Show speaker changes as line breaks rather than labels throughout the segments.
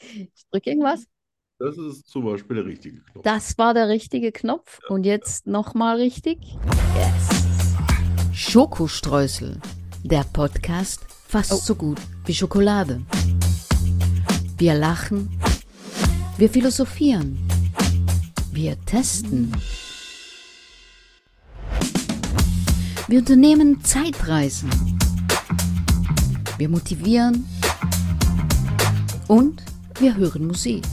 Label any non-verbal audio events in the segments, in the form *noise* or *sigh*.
Ich drücke irgendwas.
Das ist zum Beispiel der richtige Knopf.
Mhm. Das war der richtige Knopf. Und jetzt nochmal
*laughs*
richtig. Yes.
Schokostreusel, der Podcast fast so gut wie Schokolade. Wir lachen, wir philosophieren, wir testen. Wir unternehmen Zeitreisen. Wir motivieren und wir hören Musik.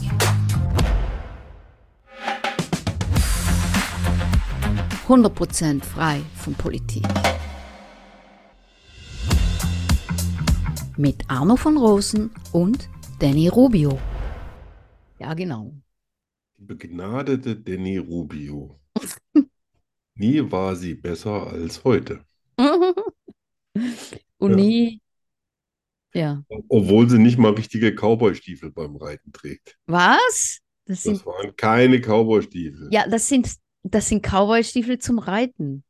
Prozent frei von Politik. Mit Arno von Rosen und Danny Rubio. Ja, genau.
Begnadete Danny Rubio. *laughs* Nie war sie besser als heute.
Und
Ja.
nie. Ja.
Obwohl sie nicht mal richtige Cowboy-Stiefel beim Reiten trägt.
Was? Das sind,
Das waren keine Cowboy-Stiefel.
ja, das sind, das sind Cowboy-Stiefel zum Reiten.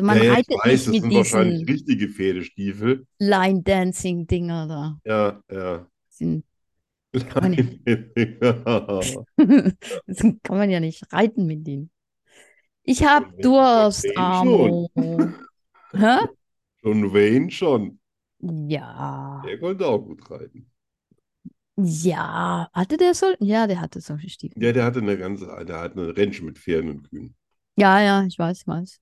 Man
ja, ja, ich
reitet
weiß, das
nicht
sind
mit
wahrscheinlich
diesen
richtige Pferdestiefel.
Line-Dancing-Dinger da.
Ja, ja.
Sind, *laughs*
Nein.
das kann man ja nicht reiten mit denen. Ich hab
Wenn-
Durst,
wenn schon.
Arno.
*laughs*
Hä?
*laughs* Schon Wayne schon.
Ja.
Der konnte auch gut reiten.
Ja. Hatte der so? Ja, der hatte solche Stiefel.
Ja, der hatte eine ganze, der hatte eine Ranch mit Pferden und Kühen.
Ja, ja, ich weiß, ich weiß.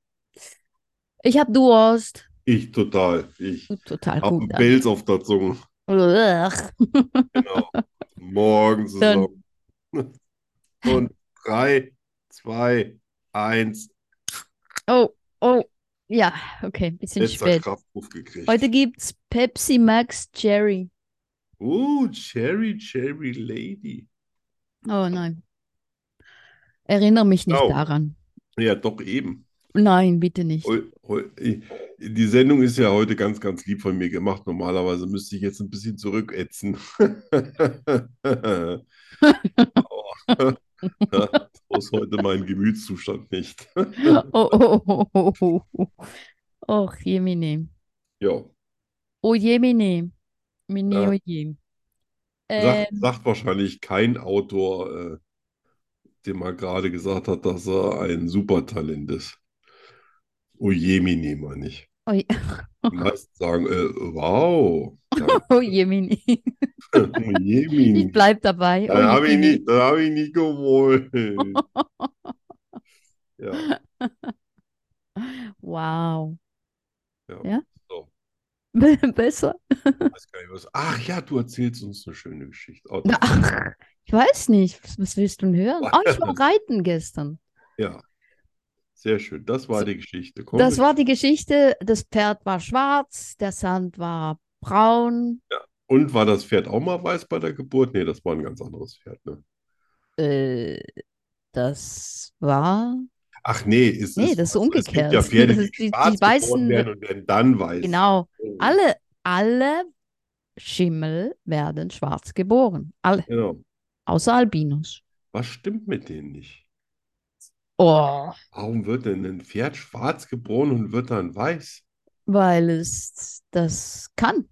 Ich hab Durst.
Ich total. Ich
Tut Total
habe einen
gut.
Pelz auf der Zunge.
Ugh.
Genau. Morgens ist
Dann-
auch- *laughs* Und drei, zwei, eins.
Oh, oh. Ja, okay, ein bisschen
Letzter
spät.
Kraftwurf gekriegt.
Heute gibt's Pepsi Max Cherry.
Oh, Cherry, Cherry Lady.
Oh nein. Erinnere mich nicht
Au.
daran.
Ja, doch eben.
Nein, bitte nicht.
Heu- heu- Die Sendung ist ja heute ganz, ganz lieb von mir gemacht. Normalerweise müsste ich jetzt ein
*laughs*
bisschen zurückätzen. *laughs* Oh. Aber So ist heute mein Gemütszustand nicht.
*laughs*
*laughs*
Oh, oh, oh, oh, oh, oh. Och, Jemine.
Ja,
Oh, Jemine. Mini,
Ja.
oh, je.
sagt,
Ähm,
sagt wahrscheinlich kein Autor, äh, dem man gerade gesagt hat, dass er ein Supertalent ist. Ojemine, meine ich.
oh, je- *laughs*
Die meisten sagen, äh, wow. Ja,
oh, Jemine. *laughs*
Ojemine.
Ich bleib dabei. Oh,
Das habe Äh, ich
Jemine.
nicht, das habe ich nicht gewollt.
*laughs*
Ja,
Wow. *laughs*
ja.
Ja?
So,
Besser?
weiß gar nicht, was. Ach ja, du erzählst uns eine schöne Geschichte. Oh,
Ach, ich weiß nicht. Was- Was willst du denn hören? Auch ich war reiten gestern.
ja. Sehr schön. Das war
So,
die Geschichte. Komm,
Das war die Geschichte. Das Pferd war schwarz, der Sand war braun.
Und war das Pferd auch mal weiß bei der Geburt? Nee, das war ein ganz anderes Pferd, ne?
Äh, das war.
Ach nee, es
Nee,
ist
das ist
Es gibt ja
*laughs* umgekehrt.
Pferde,
Das
die
ist die- die
schwarz geboren
weißen-
werden und werden dann weiß.
Genau.
Oh,
Alle, alle Schimmel werden schwarz geboren. Alle,
Genau.
außer Albinos.
Was stimmt mit denen nicht?
Oh.
Warum wird denn ein Pferd schwarz geboren und wird dann weiß? *laughs*
Weil es das kann.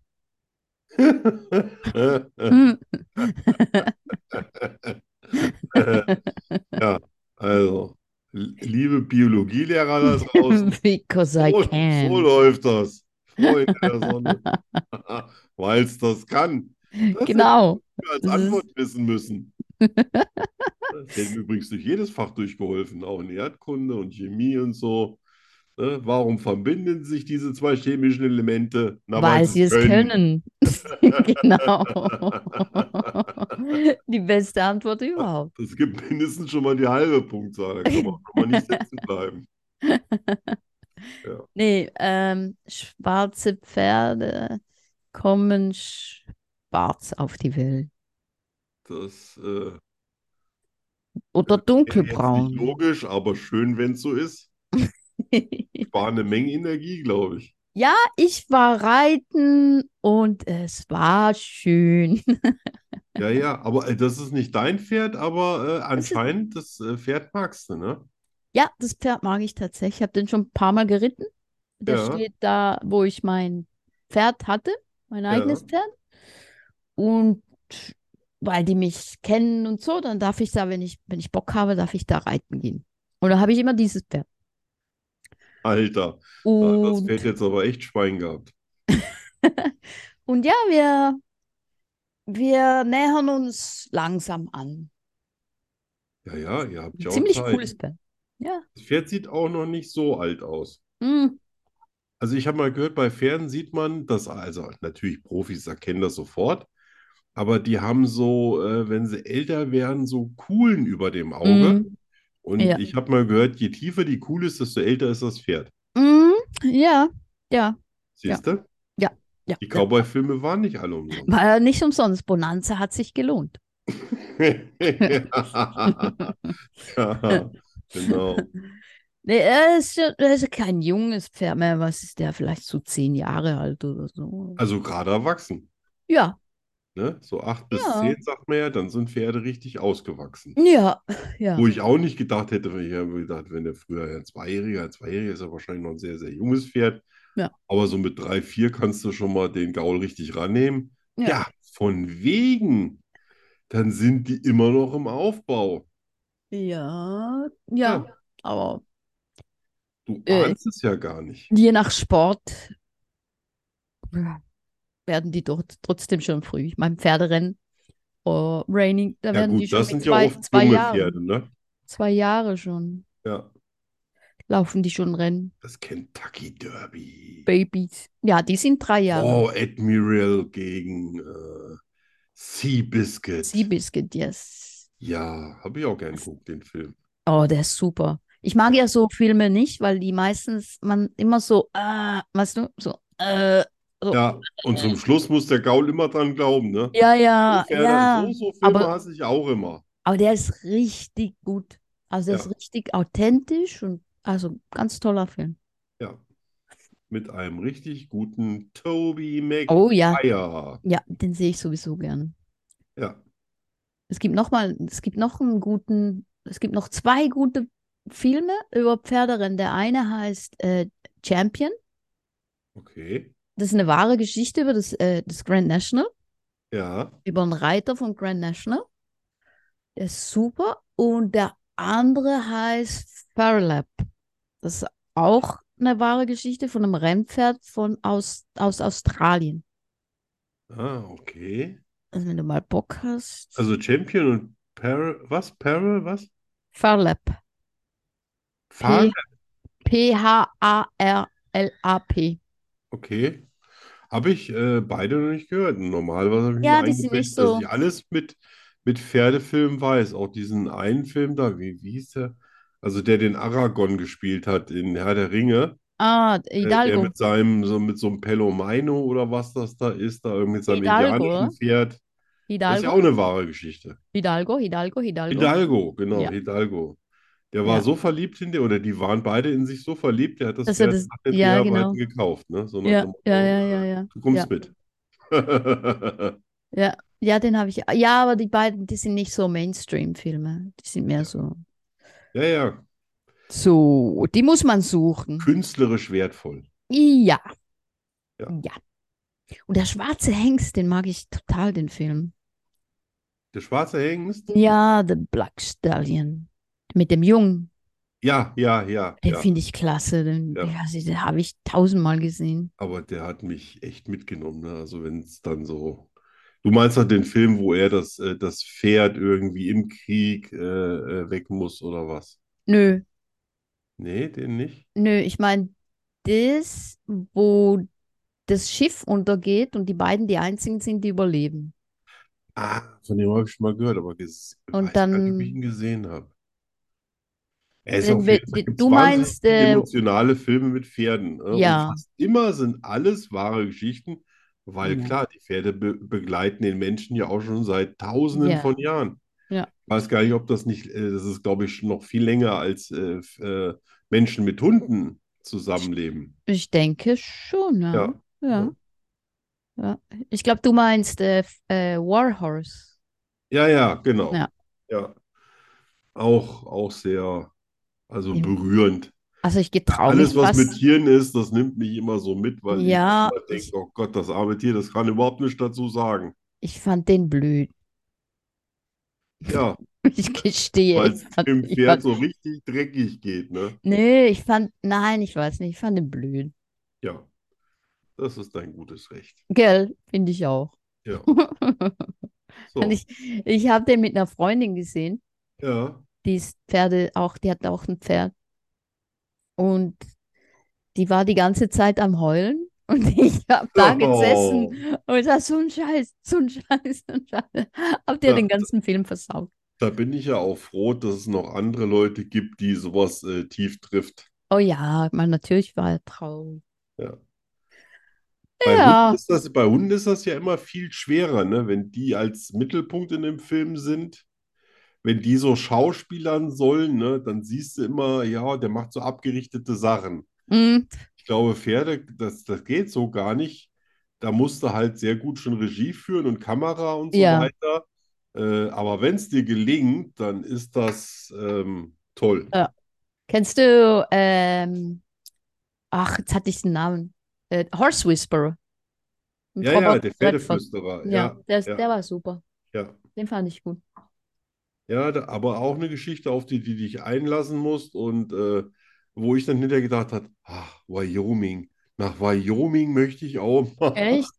Hm.
Ja, also, liebe Biologielehrer
*laughs*
da draußen,
Because I
so,
can.
so läuft das. Freunde der Sonne. *laughs* Weil es das kann. Das
Genau.
hätten wir
Das
als
ist-
Antwort wissen
*laughs*
müssen. Ich hätte mir übrigens durch jedes Fach durchgeholfen, auch in Erdkunde und Chemie und so. Ne? Warum verbinden sich diese zwei chemischen Elemente? Na,
Weil sie es *laughs* können. Genau. *laughs* Die beste Antwort überhaupt.
Es gibt mindestens schon mal die halbe Punktzahl. Da kann man, kann man nicht sitzen bleiben.
Nee, ähm, schwarze Pferde kommen schwarz auf die Welt.
Das äh,
Oder
wäre jetzt
*laughs*
nicht
dunkelbraun.
logisch, aber schön, wenn es so ist. War eine Menge Energie, glaube ich.
Ja, ich war reiten und es war schön. *laughs*
Ja, ja, aber äh, das ist nicht dein Pferd, aber äh,
ist-
anscheinend das äh, Pferd magst du, ne?
Ja, das Pferd mag ich tatsächlich. Ich habe den schon ein paar Mal geritten. Der
Ja.
steht da, wo ich mein Pferd hatte, mein
Ja.
eigenes Pferd. Und weil die mich kennen und so, dann darf ich da, wenn ich, wenn ich Bock habe, darf ich da reiten gehen. Und da habe ich immer dieses Pferd.
Alter, Ah, das
Und,
Pferd jetzt aber echt Schwein gehabt.
und ja, wir, wir nähern uns langsam an.
Ja, ja, ihr habt
Ein
ja auch
ziemlich
Zeit.
cooles Pferd. Ja.
Das Pferd sieht auch noch nicht so alt aus.
Hm.
Also ich habe mal gehört, bei Pferden sieht man, dass, also natürlich Profis erkennen das sofort, aber die haben so, äh, wenn sie älter werden, so Kuhlen über dem Auge.
Mhm.
Und
Ja.
ich habe mal gehört, je tiefer die Kuhle ist, desto älter ist das Pferd.
Mhm. Ja, ja,
Siehst du?
ja, ja.
Die
ja.
Cowboy-Filme waren nicht alle um
*laughs*
*laughs* umsonst.
War ja nicht umsonst. Bonanza hat sich gelohnt. *laughs*
Ja, genau.
Nee, er ist, ja, er ist ja kein junges Pferd mehr. Was ist der? Vielleicht so zehn Jahre alt oder so.
Also gerade erwachsen.
Ja,
Ne? So acht bis
ja,
zehn, sagt man ja, dann sind Pferde richtig ausgewachsen.
ja, ja.
Wo ich auch nicht gedacht hätte, wenn ich habe gedacht, wenn der früher ein Zweijähriger, ein Zweijähriger ist ja wahrscheinlich noch ein sehr, sehr junges Pferd,
Ja,
aber so mit drei, vier kannst du schon mal den Gaul richtig rannehmen.
ja.
Ja, von wegen, dann sind die immer noch im Aufbau.
Ja, ja.
Ja,
Aber
du
äh,
ahnst es ja gar nicht.
je nach Sport ja, werden die dort trotzdem schon früh. Ich meine, Pferderennen, oh, Raining, da
Ja
werden
gut,
die schon
das
mit
sind ja
zwei,
oft
zwei
junge
Jahren.
Pferde, ne?
Zwei Jahre schon
Ja,
laufen die schon Rennen.
das Kentucky Derby.
Babys. Ja, die sind drei Jahre.
Oh, Admiral gegen äh, Seabiscuit.
Seabiscuit, yes.
Ja, habe ich auch gern
Das
geguckt, den Film.
Oh, der ist super. Ich mag ja so Filme nicht, weil die meistens man immer so, ah, weißt du, so, äh, so,
Ja, und
äh,
zum Schluss muss der Gaul immer dran glauben, ne?
ja,
So
ja,
Pferde,
ja.
so, so Filme
Aber,
hasse ich auch immer.
aber der ist richtig gut. Also der ist
Ja,
richtig authentisch und also ganz toller Film.
ja. Mit einem richtig guten Toby
Oh ja,
Maguire.
ja, den sehe ich sowieso gern.
Ja,
Es gibt noch mal, es gibt noch einen guten, es gibt noch zwei gute Filme über Pferderennen. Der eine heißt äh, Champion.
okay.
Das ist eine wahre Geschichte über das, äh, das Grand National,
Ja,
über einen Reiter vom Grand National. Der ist super. Und der andere heißt Farlap. Das ist auch eine wahre Geschichte von einem Rennpferd von aus, aus Australien.
ah, okay.
Also wenn du mal Bock hast.
Also Champion und Peril, was? Peril, was?
Farlap.
Fahl?
P, P-H-A-R-L-A-P.
Okay. Habe ich äh, beide noch nicht gehört. Normalerweise habe ich mir
Ja, die sind nicht
eingebildet, dass
so.
ich alles mit, mit Pferdefilmen weiß. Auch diesen einen Film da, wie, wie hieß der? Also der den Aragorn gespielt hat in Herr der Ringe.
Ah,
Äh, der
Hidalgo.
mit seinem, so mit so einem Pelomino oder was das da ist, da irgendwie mit seinem
Hidalgo, oder?
indianischen Pferd. Das ist ja auch
Hidalgo?
eine wahre Geschichte.
Hidalgo, Hidalgo, Hidalgo.
Hidalgo, genau,
Ja,
Hidalgo. Der war
ja.
so verliebt in der, oder die waren beide in sich so verliebt, der hat das
Das ist ja
Pferd
das.
nach den
Ja, genau.
Dreharbeiten gekauft, ne? So nach
Ja,
dem
ja,
Motto,
ja, ja,
äh,
ja.
du
Ja,
kommst mit. *laughs*
ja. Ja, den habe ich. Ja, aber die beiden, die sind nicht so Mainstream-Filme. Die sind mehr
Ja,
so.
ja, ja,
So, die muss man suchen.
künstlerisch wertvoll.
Ja,
Ja,
ja. Und der schwarze Hengst, den mag ich total, den Film.
der schwarze Hengst?
Ja, The Black Stallion. Mit dem Jungen.
Ja, ja, ja,
Den
ja,
finde ich klasse. Den, den,
ja.
weiß ich- den habe ich tausendmal gesehen.
Aber der hat mich echt mitgenommen, ne? Also wenn es dann so. Du meinst doch den Film, wo er das, äh, das Pferd irgendwie im Krieg äh, äh, weg muss oder was?
Nö.
Nee, den nicht.
Nö, ich meine, das, wo das Schiff untergeht und die beiden die einzigen sind, die überleben.
Ah, von dem habe ich schon mal gehört, aber ges-
Und
weiß gar nicht, ob ich ihn
dann,
gesehen habe. Er ist
den,
auf
we-
jeden Fall,
die-
gibt es
du
wahnsinnig
meinst,
viele
äh,
emotionale Filme mit Pferden. Ne? Und
ja,
fast immer sind alles wahre Geschichten, weil
ja,
klar, die Pferde be begleiten den Menschen ja auch schon seit Tausenden
ja,
von Jahren.
ja,
Ich weiß gar nicht, ob das nicht, äh, das ist, glaube ich, noch viel länger als äh, f- äh, Menschen mit Hunden
ich,
zusammenleben.
ich denke schon, ja,
Ja.
ja,
Ja,
ja. Ich glaube, du meinst äh, f- äh, War Horse.
ja, ja, genau.
Ja,
Ja, auch, auch sehr, also
ja.
berührend.
Also ich getraue
Alles,
mich
was mit
fast,
Tieren ist, das nimmt mich immer so mit, weil ich dann
ja,
immer denke,
ich,
oh Gott, das arme Tier, das kann überhaupt nichts dazu sagen.
ich fand den blöd. *laughs*
Ja,
Ich gestehe.
weil
Ich
es
fand,
dem
ich fand,
Pferd so richtig dreckig geht, ne?
nee, ich fand, nein, ich weiß nicht, ich fand den blöd.
Ja, das ist dein gutes Recht.
Gell, finde ich auch. *laughs*
Ja, so.
Und ich ich habe den mit einer Freundin gesehen,
Ja,
die ist Pferde auch, die hat auch ein Pferd. Und die war die ganze Zeit am Heulen *laughs* und ich habe da
Oh.
gesessen und gesagt, so ein Scheiß, so ein Scheiß, so ein Scheiß. *laughs* Habt ihr
Ja.
den ganzen Film versaut?
Da bin ich ja auch froh, dass es noch andere Leute gibt, die sowas äh, tief trifft.
Oh ja, ich meine, natürlich war er traurig.
Bei
Ja.
Hunden ist das, bei Hunden ist das ja immer viel schwerer, ne? Wenn die als Mittelpunkt in dem Film sind, wenn die so schauspielern sollen, ne, dann siehst du immer, ja, der macht so abgerichtete Sachen.
Mm,
Ich glaube, Pferde, das, das geht so gar nicht. Da musst du halt sehr gut schon Regie führen und Kamera und so
Ja.
weiter. Äh, aber wenn es dir gelingt, dann ist das ähm, toll.
Kennst du, ähm, ach, jetzt hatte ich den Namen. Äh, Horse Whisperer. Mit
Ja, ja,
Robert
der
Redford.
Pferdeflüsterer,
Ja,
ja,
der, ist-
ja.
der war super.
ja.
Den fand ich gut.
Ja, da, aber auch eine Geschichte, auf die du dich einlassen musst und äh, wo ich dann hinterher gedacht habe, ach, Wyoming, nach Wyoming möchte ich auch mal.
Echt?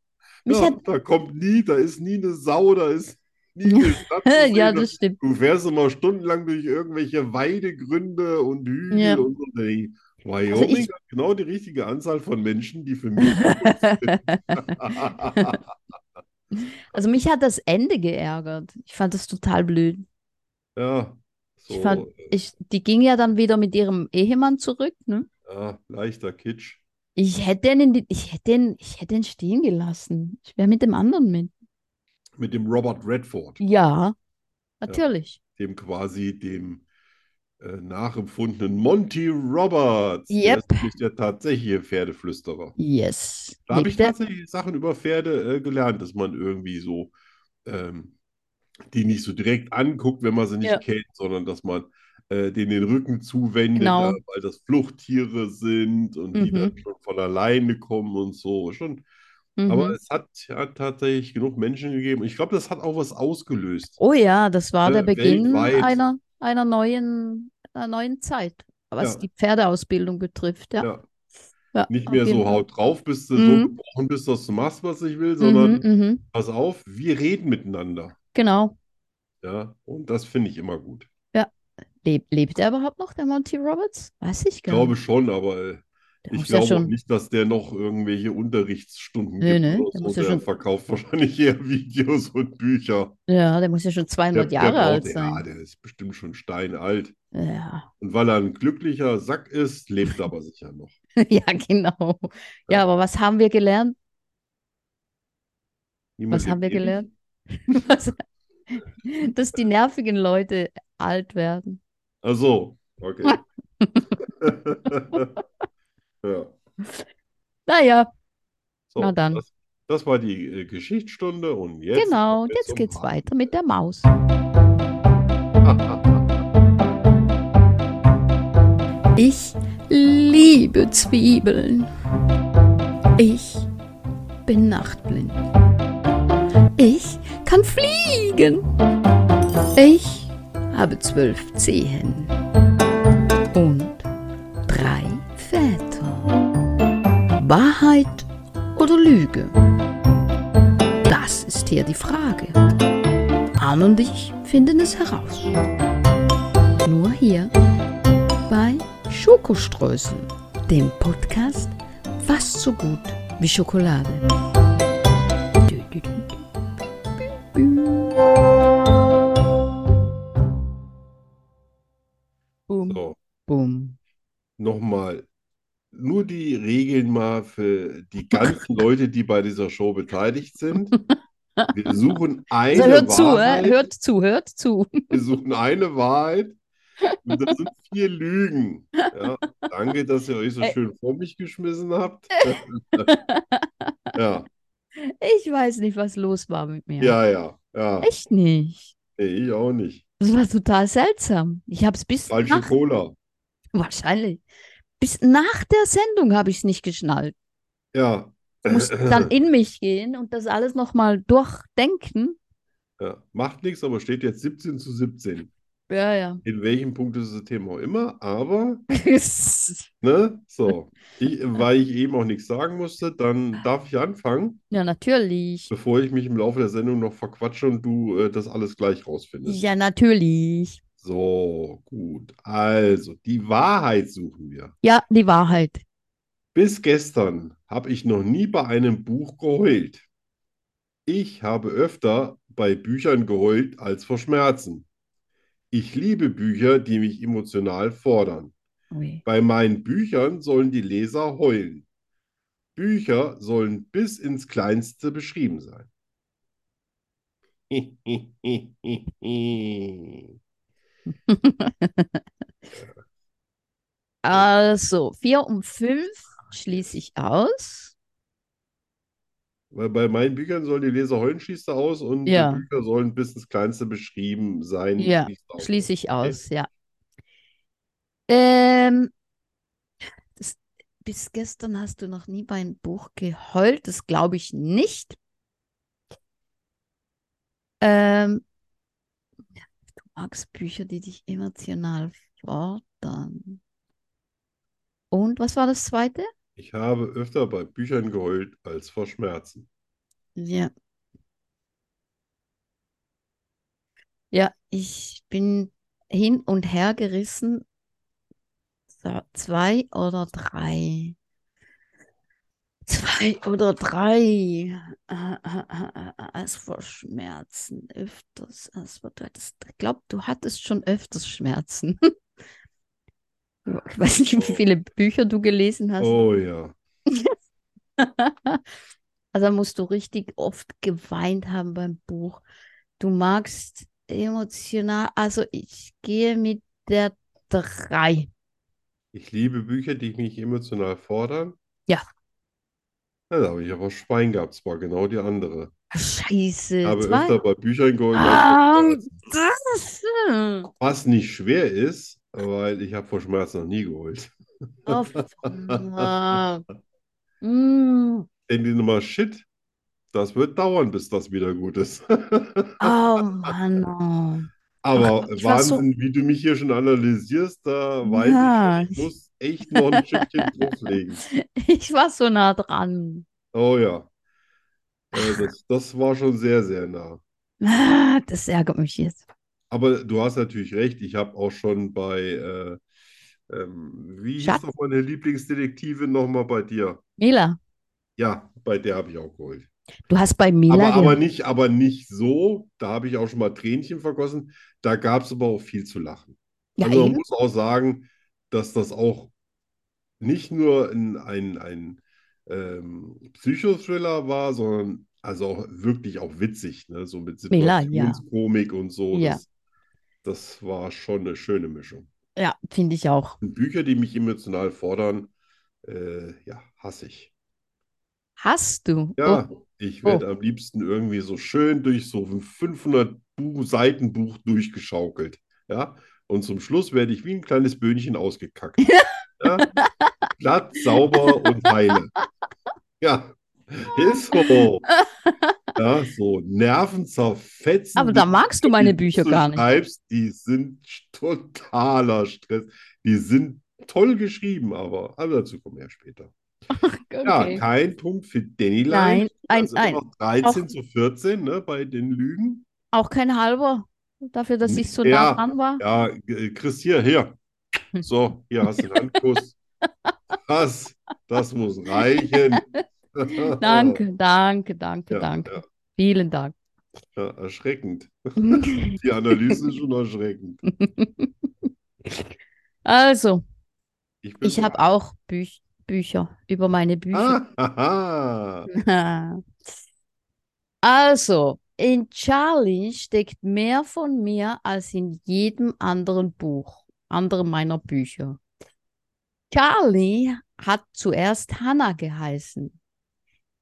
Mich
*laughs* Ja,
hat,
da kommt nie, da ist nie eine Sau, da ist nie
*laughs*
eine Stadt zu
ja,
sehen.
das stimmt.
Du fährst immer stundenlang durch irgendwelche Weidegründe und Hügel
Ja.
und so. Da denk ich, Wyoming
Also ich-
hat genau die richtige Anzahl von Menschen, die
*laughs*
für mich. *laughs*
Also mich hat das Ende geärgert. Ich fand das total blöd.
Ja,
Ich fand,
so,
ich, die ging ja dann wieder mit ihrem Ehemann zurück, ne?
ja, leichter Kitsch.
Ich hätte den, in die, ich hätte den, ich hätte den stehen gelassen. Ich wäre mit dem anderen mit.
Mit dem Robert Redford.
Ja, natürlich.
dem quasi dem äh, nachempfundenen Monty Roberts.
Yep.
Der ist nämlich der tatsächliche Pferdeflüsterer.
Yes.
Da habe
Nee,
ich
der-
tatsächlich Sachen über Pferde äh, gelernt, dass man irgendwie so ähm, die nicht so direkt anguckt, wenn man sie nicht
Ja.
kennt, sondern dass man äh, denen den Rücken zuwendet,
Genau.
äh, weil das Fluchttiere sind und die
Mhm.
dann schon von alleine kommen und so. Schon.
Mhm.
Aber es hat, hat tatsächlich genug Menschen gegeben. Ich glaube, das hat auch was ausgelöst.
Oh ja, das war der
Äh,
Beginn
weltweit.
einer, einer neuen, einer neuen Zeit, was
Ja.
die Pferdeausbildung betrifft. Ja,
Ja.
ja,
Nicht
auf
mehr
jeden
so
Fall.
haut drauf, bis du
Mhm.
so gebrochen bist, dass du machst, was ich will, sondern
Mhm, mhm,
pass auf, wir reden miteinander.
genau.
Ja, und das finde ich immer gut.
Leb, lebt er überhaupt noch, der Monty Roberts? Weiß ich
Ich
gar
glaube
nicht.
schon, aber äh,
Genau. Der
ich
muss ja
glaube auch
schon.
nicht, dass der noch irgendwelche Unterrichtsstunden
Nö,
gibt
nö,
oder
der
so.
muss ja
Der
schon-
verkauft wahrscheinlich *laughs* eher Videos und Bücher.
Ja, der muss ja schon 200
der
Jahre alt
braucht, ja,
sein.
der ist bestimmt schon steinalt.
Ja, *laughs*
Und weil er ein glücklicher Sack ist, lebt er aber sicher noch.
ja, genau. Ja,
Ja.
aber was haben wir gelernt?
Niemand
Was haben wir
lebt
gelernt?
ewig.
*laughs* Was, dass die nervigen Leute alt werden.
Ach so,
*laughs*
okay. *laughs* ja.
Naja,
So,
Na dann.
Das, das war die äh, Geschichtsstunde und jetzt
genau.
kommen wir
Jetzt
zum
geht's
Haken.
weiter mit der Maus.
Ich liebe Zwiebeln. Ich bin nachtblind. Ich kann fliegen. Ich habe zwölf Zehen und drei Väter. Wahrheit oder Lüge? Das ist hier die Frage. Arne und ich finden es heraus. Nur hier bei Schokoströßen, dem Podcast fast so gut wie Schokolade. Dü, dü, dü, dü, dü, dü.
Boom,
*laughs* So,
boom.
nochmal. Nur die Regeln mal für die ganzen Leute, die bei dieser Show beteiligt sind.
*laughs*
Wir suchen eine
Also hört zu,
Wahrheit.
äh, hört zu, hört zu.
Wir suchen eine Wahrheit. Und das sind
*laughs*
vier Lügen. Ja, danke, dass ihr euch so
Ey.
schön vor mich geschmissen
*laughs*
habt. ja,
Ich weiß nicht, was los war mit mir.
ja, ja, ja.
Echt nicht.
Nee, ich auch nicht.
Das war total seltsam. Ich habe es bis
Falsche
nach,
Cola.
wahrscheinlich, bis nach der Sendung habe ich es nicht geschnallt.
Ja.
Ich musste dann in mich gehen und das alles nochmal durchdenken.
Ja, macht nichts, aber steht jetzt 17 zu 17.
Ja, ja.
*laughs* In welchem Punktesystem auch immer, aber, ne, so. Ich, weil ich eben auch nichts sagen musste, dann darf ich anfangen,
ja, natürlich.
bevor ich mich im Laufe der Sendung noch verquatsche und du äh, das alles gleich rausfindest.
Ja, natürlich.
So, gut. Also, die Wahrheit suchen wir.
Ja, die Wahrheit.
Bis gestern habe ich noch nie bei einem Buch geheult. Ich habe öfter bei Büchern geheult als vor Schmerzen. Ich liebe Bücher, die mich emotional fordern.
Ui.
Bei meinen Büchern sollen die Leser heulen. Bücher sollen bis ins Kleinste beschrieben sein.
Also, 4 um 5 schließe ich aus.
Weil bei meinen Büchern sollen die Leser heulen, schließt er aus, und die
Ja.
Bücher sollen bis ins Kleinste beschrieben sein.
Ja,
schließt er aus.
Schließe ich
Okay.
aus, ja. Ähm, das, bis gestern hast du noch nie bei einem Buch geheult, das glaube ich nicht. Ähm, du magst Bücher, die dich emotional fordern. Und was war das zweite?
Ich habe öfter bei Büchern geheult als vor Schmerzen.
Ja. Ja, ich bin hin und her gerissen. So, zwei oder drei? Zwei *laughs* oder drei. *laughs* Ah, ah, ah, ah, ah, Als vor Schmerzen öfters. Als vor, du hattest, ich glaube, du hattest schon öfters Schmerzen. *laughs* Ich weiß nicht, wie
Oh.
viele Bücher du gelesen hast.
Oh ja.
Also musst du richtig oft geweint haben beim Buch. Du magst emotional, also ich gehe mit der 3.
Ich liebe Bücher, die mich emotional fordern.
Ja.
Na, da habe ich aber Schwein gehabt, zwar genau die andere. Ich
Scheiße,
habe
Äh, zwei.
öfter bei Büchern geheult als vor
Ah,
Schmerzen. *laughs*
das. äh,
Was nicht schwer ist, weil ich habe vor Schmerzen noch nie geheult.
Oh, fuck. Mm,
Denn die Nummer Shit, das wird dauern, bis das wieder gut ist. *laughs*
oh Mann. oh.
Aber
ich war so-
Wahnsinn, wie du mich hier schon analysierst, da weiß
Ja.
ich, schon, ich muss echt noch
*laughs*
ein Stückchen drauflegen.
Oh. Ich war so nah dran. *laughs*
Oh ja. Äh, das, das war schon sehr, sehr nah.
Ah, das ärgert mich jetzt.
Aber du hast natürlich recht, ich habe auch schon bei, äh, ähm, wie hieß
Schatz?
noch meine Lieblingsdetektivin nochmal bei dir?
Mila,
Ja, bei der habe ich auch geholt.
du hast bei Mila
Aber, aber
gelernt.
nicht, aber nicht so. Da habe ich auch schon mal Tränchen vergossen. Da gab es aber auch viel zu lachen.
Ja,
Also man
eben.
muss auch sagen, dass das auch nicht nur ein, ein, ein ähm, Psychothriller war, sondern also auch wirklich auch witzig, ne? So mit
Mila, ja.
Situationskomik und so.
Ja.
Das, das war schon eine schöne Mischung.
Ja, finde ich auch.
Und Bücher, die mich emotional fordern, äh, ja, hasse ich.
Hast du?
Ja,
Oh,
ich werde am liebsten irgendwie so schön durch so ein 500 Buch, Seitenbuch durchgeschaukelt. Ja, und zum Schluss werde ich wie ein kleines
*laughs*
Böhnchen ausgekackt. Ja? Glatt, sauber und heile. Ja, ist so. Ja, so Nerven zerfetzen.
aber da magst du meine Bücher gar nicht.
Schreibst, die sind totaler Stress. Die sind toll geschrieben, aber, aber dazu kommen wir ja später. Ja,
Okay.
kein Punkt für Danny
Nein, ein,
Also
ein.
immer noch 13 zu 14, ne, bei den Lügen.
Auch kein halber. Dafür, dass ich so
Ja,
nah dran war.
Ja, äh, Chris, hier, hier.
Hm.
So, hier hast du einen Handkuss. Das, das muss reichen.
*laughs* Danke, danke, danke,
*laughs* Ja,
danke.
ja,
Vielen
*laughs*
Dank.
ja, erschreckend. Die Analyse ist schon erschreckend.
Also,
Ich bin
ich habe auch Büch Bücher über meine Bücher.
Ah, haha.
Ah. Also, in Charlie steckt mehr von mir als in jedem anderen Buch, anderen meiner Bücher. Charlie hat zuerst Hannah geheißen.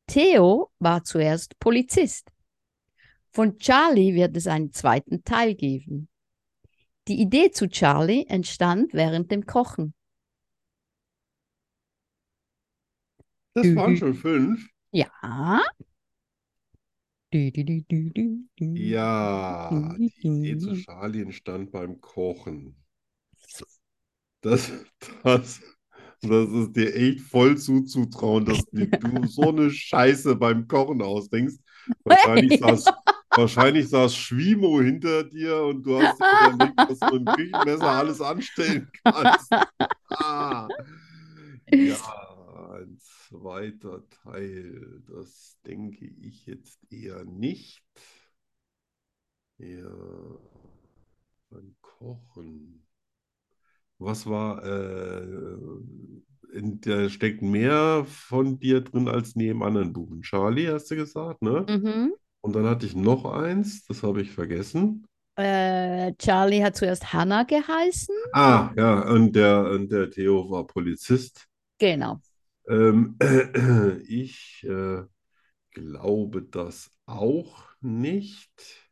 Theo war zuerst Polizist. Von Charlie wird es einen zweiten Teil geben. Die Idee zu Charlie entstand während dem Kochen.
Das waren schon fünf.
Ja, Du, du, du, du, du, du.
Ja, die Idee zu Charlie entstand beim Kochen. Das, das, das ist dir echt voll zuzutrauen, dass dir du so eine Scheiße beim Kochen ausdenkst. Wahrscheinlich saß, wahrscheinlich saß Schwimo hinter dir und du hast dir überlegt, dass du mit dem Küchenmesser alles anstellen kannst. Ah. Ja, ein zweiter Teil, das denke ich jetzt eher nicht. Ja, beim Kochen. Was war, äh, in, da steckt mehr von dir drin als in jedem anderen Buch. Und Charlie, hast du gesagt, ne?
Mhm.
Und dann hatte ich noch eins, das habe ich vergessen.
Äh, Charlie hat zuerst Hannah geheißen.
Ah, ja, und der, und der Theo war Polizist.
Genau.
Ähm, *clears throat* ich äh, glaube das auch nicht.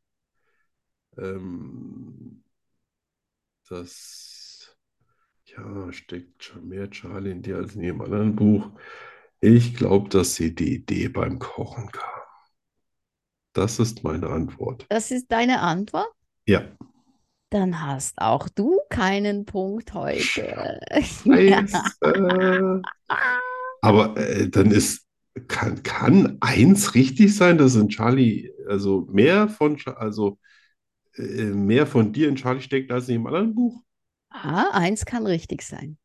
Ähm, das, ja, steckt schon mehr Charlie in dir als in jedem anderen Buch. Ich glaube, dass sie die Idee beim Kochen kam. Das ist meine Antwort.
Das ist deine Antwort?
Ja.
Dann hast auch du keinen Punkt *laughs* heute.
Scheiße. Äh, Aber äh, dann ist, kann, kann eins richtig sein, dass in Charlie, also mehr von, Cha- also äh, mehr von dir in Charlie steckt als in dem anderen Buch?
Ah, eins kann richtig sein.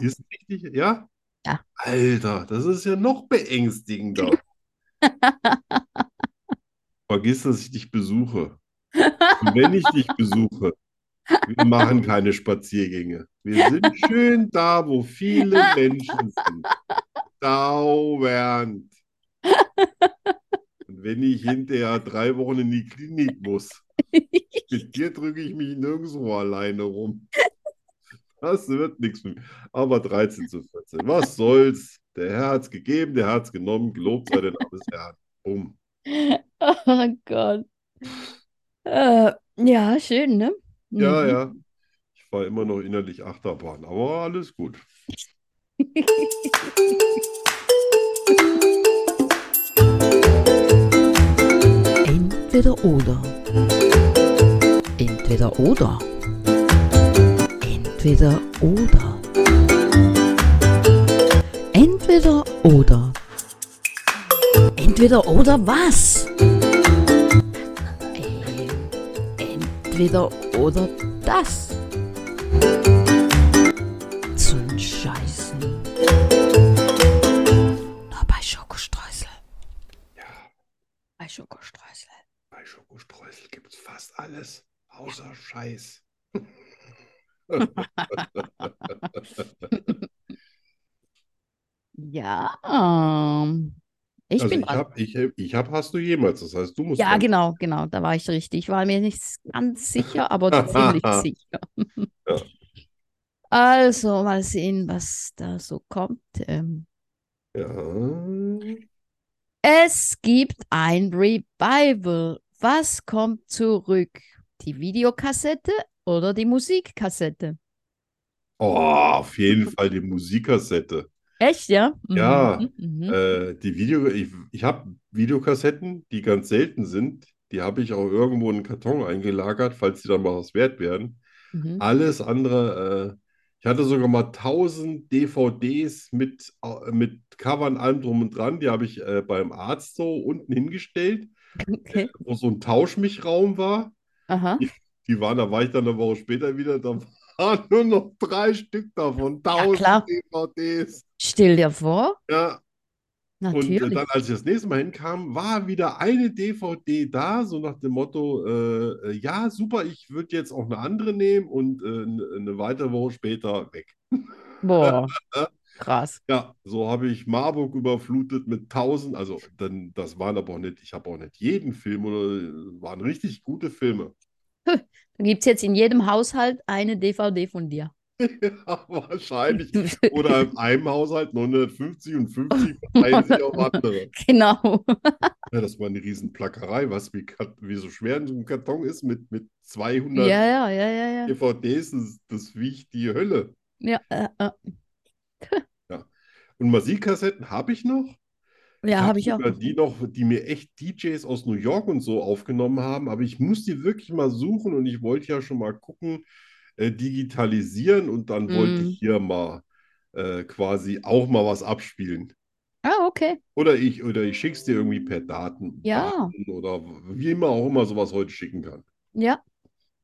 Ist richtig, ja?
Ja.
Alter, das ist ja noch beängstigender. Vergiss, dass ich dich besuche. Und wenn ich dich besuche, wir machen keine Spaziergänge. Wir sind schön da, wo viele Menschen sind. Dauernd. Und wenn ich hinterher drei Wochen in die Klinik muss, mit dir drücke ich mich nirgendwo alleine rum. Das wird nichts mit mir. Aber 13 zu 14. Was soll's? Der Herr hat's gegeben, der hat's genommen. Gelobt sei der Name des Herrn. Um.
*laughs* Oh Gott. Äh, ja, schön, ne?
Ja,
Mhm.
ja. Ich war immer noch innerlich Achterbahn, aber alles gut.
Entweder oder. Entweder oder. Entweder oder. Entweder oder. Entweder oder was? Ähm, Entweder oder das. Zum Scheißen. Nur bei Schokostreusel.
Bei Schokostreusel.
Bei Schokostreusel gibt's fast alles, außer Scheiß.
Ja. ähm, Ich
Also
bin
ich
dran.
habe, ich, ich hab, hast du jemals. Das heißt, du musst
Ja,
dran.
genau, genau, da war ich richtig. Ich war mir nicht ganz sicher,
*laughs*
aber ziemlich sicher.
Ja.
*laughs* Also, mal sehen, was da so kommt. Ähm,
Ja.
Es gibt ein Revival. Was kommt zurück? Die Videokassette oder die Musikkassette?
Oh, auf jeden Fall die Musikkassette.
Echt, ja?
Ja.
Mhm, mhm.
Äh, die Video, ich, ich habe Videokassetten, die ganz selten sind. Die habe ich auch irgendwo in einen Karton eingelagert, falls die dann mal was wert werden.
Mhm.
Alles andere, äh, ich hatte sogar mal 1000 DVDs mit, äh, mit Covern, allem drum und dran. Die habe ich äh, beim Arzt so unten hingestellt,
Okay.
wo so ein Tauschmichraum war.
Aha.
Die waren, da war ich dann eine Woche später wieder, da waren nur noch drei Stück davon,
klar.
1000 DVDs.
Stell dir vor,
Ja, und äh,
natürlich.
dann, als ich das nächste Mal hinkam, war wieder eine DVD da, so nach dem Motto, äh, äh, ja, super, ich würde jetzt auch eine andere nehmen und äh, n- eine weitere Woche später weg. *laughs*
Boah,
ne?
krass.
Ja, so habe ich Marburg überflutet mit 1000, also dann, das waren aber auch nicht, ich habe auch nicht jeden Film oder äh, waren richtig gute Filme. *laughs*
Dann gibt es jetzt in jedem Haushalt eine DVD von dir.
Ja, wahrscheinlich. Oder in einem Haushalt 950 und 50 verteilen sich auf andere.
*laughs* Genau.
Ja, das war eine riesen Plackerei, was wie, Kat- wie so schwer so ein Karton ist mit, mit 200
Ja, ja, ja, ja, ja.
DVDs, das, das wiegt die Hölle.
Ja, äh, äh.
Und Musikkassetten habe ich noch.
Ja, habe ich auch.
Über die noch, die mir echt DJs aus New York und so aufgenommen haben, aber ich muss die wirklich mal suchen und ich wollte ja schon mal gucken, äh, digitalisieren und dann wollte
Mhm.
ich hier mal äh, quasi auch mal was abspielen.
Ah, okay.
Oder ich, oder ich schick's dir irgendwie per Daten,
Ja.
Daten oder wie man auch immer sowas heute schicken kann. *gasps*
Ja.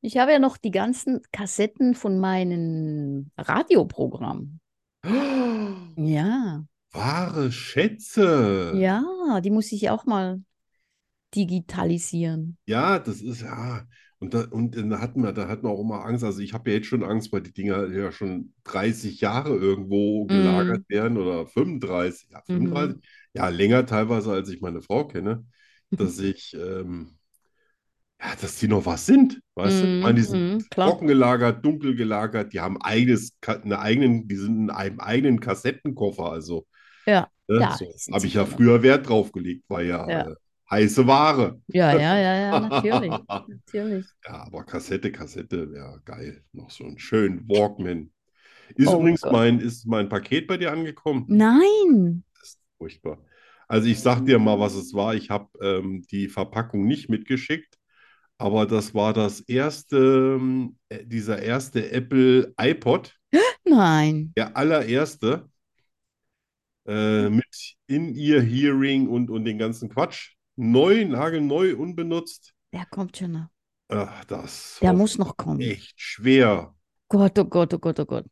Ich habe ja noch die ganzen Kassetten von meinem Radioprogramm. Ja.
Wahre Schätze.
Ja, die muss ich auch mal digitalisieren.
Ja, das ist ja. Und da, und da hatten wir, da hatten wir auch immer Angst. Also ich habe ja jetzt schon Angst, weil die Dinger ja schon 30 Jahre
Mhm.
irgendwo gelagert werden oder 35, ja, 35, ja, länger teilweise, als ich meine Frau kenne,
*laughs*
dass ich, ähm, ja, dass die noch was sind. Weißt du? Ich meine, die sind
Mhm, mhm, klar.
trocken gelagert, dunkel gelagert, die haben eigenes, Ka- eine eigenen, die sind in einem eigenen Kassettenkoffer, also.
Ja,
Ne?
ja,
So,
die sind
habe ich ja
sicher noch.
früher Wert drauf gelegt, war ja,
genau. Ja.
äh, heiße Ware.
Ja, ja, ja, ja,
*laughs*
natürlich. Natürlich.
Ja, aber Kassette, Kassette wäre geil. Noch so ein schönen Walkman. Ist
Oh
übrigens
Gott. Hm.
mein, ist mein Paket bei dir angekommen?
Nein.
Das ist furchtbar. Also ich sag dir mal,
Hm.
was es war. Ich habe ähm, die Verpackung nicht mitgeschickt, aber das war das erste, ähm, äh, dieser erste Apple iPod,
Nein.
der allererste, äh,
Hm.
mit In-Ear-Hearing und, und den ganzen Quatsch. Neu, nagelneu, unbenutzt.
Der kommt schon noch.
Ach, das
Der
war
muss noch kommen.
echt schwer.
Gott, oh Gott, oh Gott, oh Gott.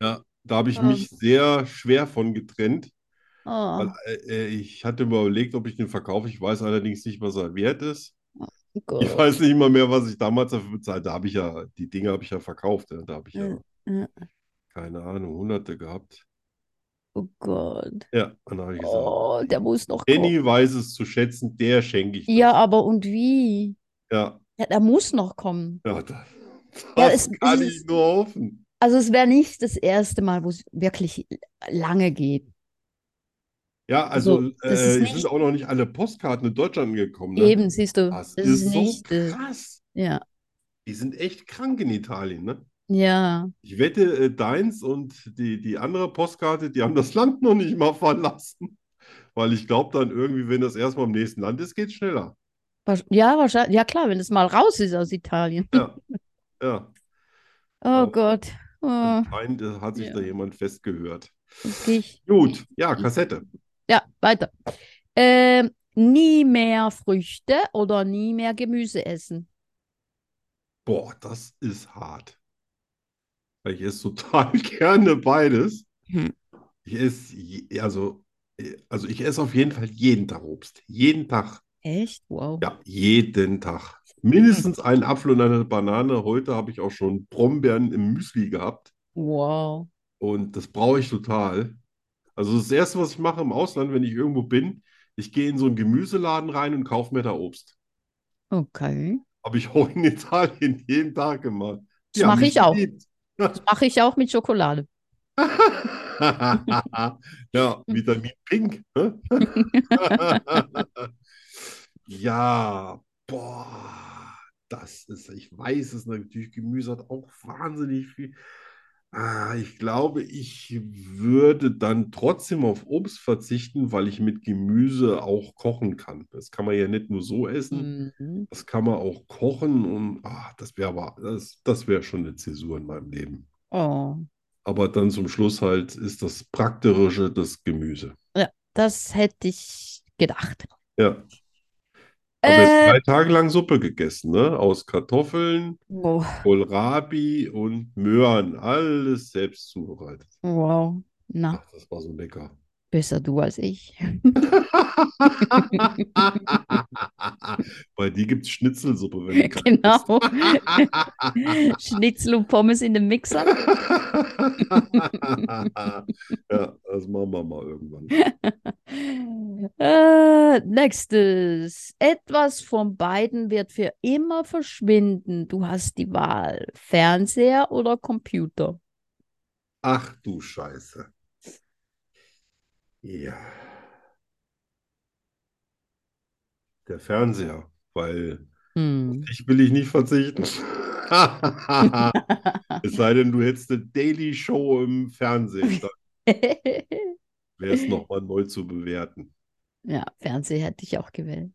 Ja, da habe ich
Ähm.
mich sehr schwer von getrennt, weil
Oh
äh, äh, ich hatte mir überlegt, ob ich den verkaufe. Ich weiß allerdings nicht, was er wert ist. Ich
Gott.
weiß nicht mal mehr, was ich damals dafür bezahlt. Da habe ich ja, die Dinge habe ich ja verkauft. ja. Da habe ich ja,
Äh, äh,
keine Ahnung, Hunderte gehabt.
Oh Gott.
Ja, und dann habe ich gesagt,
Oh, der muss noch kommen.
Danny weiß es zu schätzen, der schenke ich das.
Ja, aber und wie?
Ja,
Ja, der muss noch kommen.
ja, *laughs* das,
Ja,
das
es- es
kann
ist-
ich nur hoffen.
Also es wäre nicht das erste Mal, wo es wirklich lange geht.
Ja,
Also,
also
das ist
äh, es
nicht-
sind auch noch nicht alle Postkarten in Deutschland angekommen, ne?
Eben, siehst du,
Das
das
ist
ist
so
nicht, äh,
krass.
ja,
Die sind echt krank in Italien, ne?
ja,
Ich wette, äh, deins und die, die andere Postkarte, die haben das Land noch nicht mal verlassen. Weil ich glaube dann irgendwie, wenn das erstmal im nächsten Land ist, geht es schneller.
Wahrsch- ja, wahrscheinlich, ja klar, wenn es mal raus ist aus Italien.
Ja, ja.
Oh
Oh.
Gott, *laughs* oh,
Anscheinend äh, hat sich
Ja.
da jemand festgehört.
jetzt gehe ich,
Gut, ja, Kassette.
ja, weiter. Ähm, nie mehr Früchte oder nie mehr Gemüse essen.
Boah, das ist hart. Weil ich esse total *laughs* gerne beides.
Hm.
Ich esse, je- also, äh, also ich esse auf jeden Fall jeden Tag Obst. Jeden Tag.
Echt? Wow.
Ja, jeden Tag.
Mhm.
Mindestens einen Apfel und eine Banane. Heute habe ich auch schon Brombeeren im Müsli gehabt
Wow.
und das brauche ich total. Also das Erste, was ich mache im Ausland, wenn ich irgendwo bin, ich gehe in so einen Gemüseladen rein und kaufe mir da Obst.
Okay.
Habe ich auch in *laughs* Italien jeden Tag gemacht. Die
Das
haben
mache
mich
ich auch.
geliebt.
Das mache ich auch mit Schokolade.
*laughs* Ja, Vitamin Pink. Ne? *laughs* Ja, boah, das ist, ich weiß es natürlich, Gemüse hat auch wahnsinnig viel. Ah, ich glaube, ich würde dann trotzdem auf Obst verzichten, weil ich mit Gemüse auch kochen kann. Das kann man ja nicht nur so essen,
Mhm.
das kann man auch kochen und ah, das wäre aber, das, das wäre schon eine Zäsur in meinem Leben.
Oh.
Aber dann zum Schluss halt ist das Praktische das Gemüse.
Ja, das hätte ich gedacht.
Ja. Aber jetzt
Äh,
drei Tage lang Suppe gegessen, ne? Aus Kartoffeln,
wow.
Kohlrabi und Möhren. Alles selbst zubereitet.
Wow. Na,
Ach, das war so lecker. *laughs*
besser du als ich. *laughs*
Bei dir gibt es Schnitzelsuppe, wenn
*laughs*
du krank bist.
Genau. Schnitzel und Pommes in den Mixer.
*laughs* Ja, das machen wir mal irgendwann.
Äh, nächstes. Etwas von beiden wird für immer verschwinden. Du hast die Wahl. Fernseher oder Computer?
Ach du Scheiße. Ja. Der Fernseher, weil
Hm. *laughs*
ich will ich nicht verzichten. Es sei denn, du hättest eine Daily Show im Fernsehen. wäre es nochmal neu zu bewerten.
Ja, Fernseh hätte ich auch gewählt.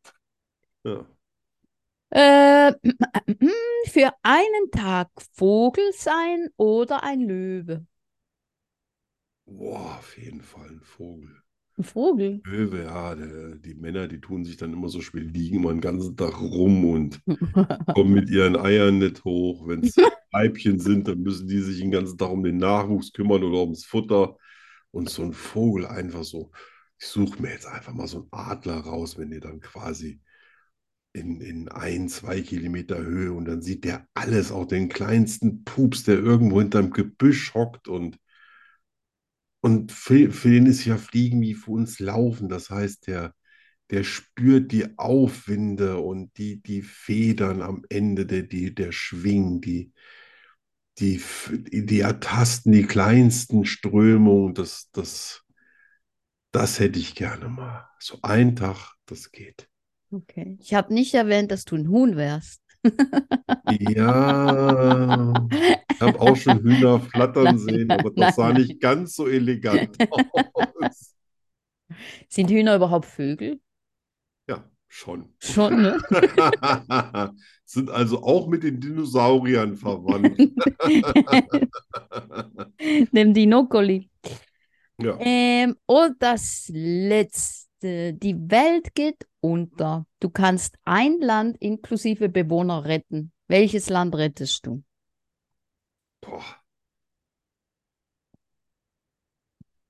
Ja.
Äh, *clears throat* für einen Tag Vogel sein oder ein Löwe?
Boah, auf jeden Fall ein Vogel.
Ein Vogel?
Löwe, ja, der, die Männer, die tun sich dann immer so schwer, liegen immer den ganzen Tag rum und kommen mit ihren Eiern nicht hoch. Wenn es Weibchen sind, dann müssen die sich den ganzen Tag um den Nachwuchs kümmern oder ums Futter. Und so ein Vogel einfach so, ich suche mir jetzt einfach mal so einen Adler raus, wenn ihr dann quasi in, in ein, zwei Kilometer Höhe und dann sieht der alles, auch den kleinsten Pups, der irgendwo hinterm Gebüsch hockt und und für, für den ist ja Fliegen wie für uns Laufen. Das heißt, der, der spürt die Aufwinde und die, die Federn am Ende, der, die, der Schwing, die, die, die ertasten die kleinsten Strömungen. Das, das, das hätte ich gerne mal. So ein Tag, das geht.
Okay. Ich habe nicht erwähnt, dass du ein Huhn wärst.
Ja, ich habe auch schon Hühner flattern
*laughs* Nein,
sehen,
nein,
aber das
nein,
sah
nein.
nicht ganz so
*laughs*
elegant aus.
Sind Hühner überhaupt Vögel?
Ja, schon.
Schon, ne?
*laughs* Sind also auch mit den Dinosauriern verwandt.
Nimm die Nokoli.
Ja,
Ähm, und das letzte. Die Welt geht unter. Du kannst ein Land inklusive Bewohner retten. Welches Land rettest du?
boah.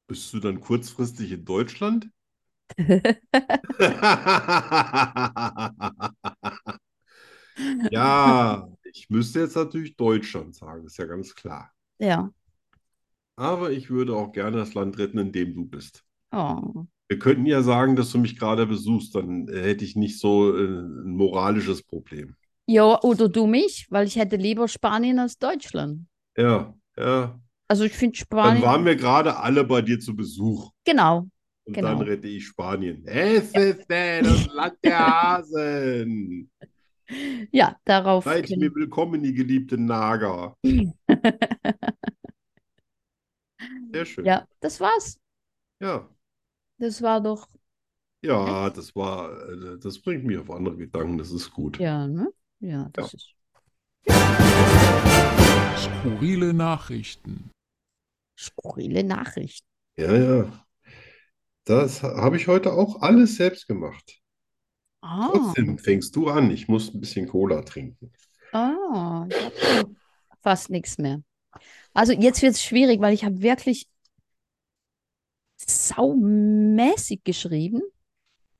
Bist du dann kurzfristig in Deutschland? Ja, ich müsste jetzt natürlich Deutschland sagen, ist ja ganz klar.
Ja.
Aber ich würde auch gerne das Land retten, in dem du bist.
Oh.
Wir könnten ja sagen, dass du mich gerade besuchst, dann äh, hätte ich nicht so äh, ein moralisches Problem.
Ja, oder du mich, weil ich hätte lieber Spanien als Deutschland.
Ja, ja.
Also ich finde
Dann
Spanien.
waren wir gerade alle bei dir zu Besuch
Genau.
und
Genau.
dann rette ich Spanien. Es ist äh, das Land
*laughs*
der Hasen.
Ja, darauf.
Seid
können-
mir willkommen, ihr
*laughs*
geliebten Nager. Sehr schön.
Ja, das war's.
Ja.
Das war doch.
Ja, das war, äh, das bringt mich auf andere Gedanken, das ist gut.
Ja, ne? Ja, das ist.
Skurrile Nachrichten.
Skurrile Nachricht.
Ja, ja. Das ha- habe ich heute auch alles selbst gemacht.
Ah,
Trotzdem fängst du an. Ich muss ein bisschen Cola trinken.
ah, ich hab schon fast nichts mehr. Also jetzt wird es schwierig, weil ich habe wirklich saumäßig geschrieben.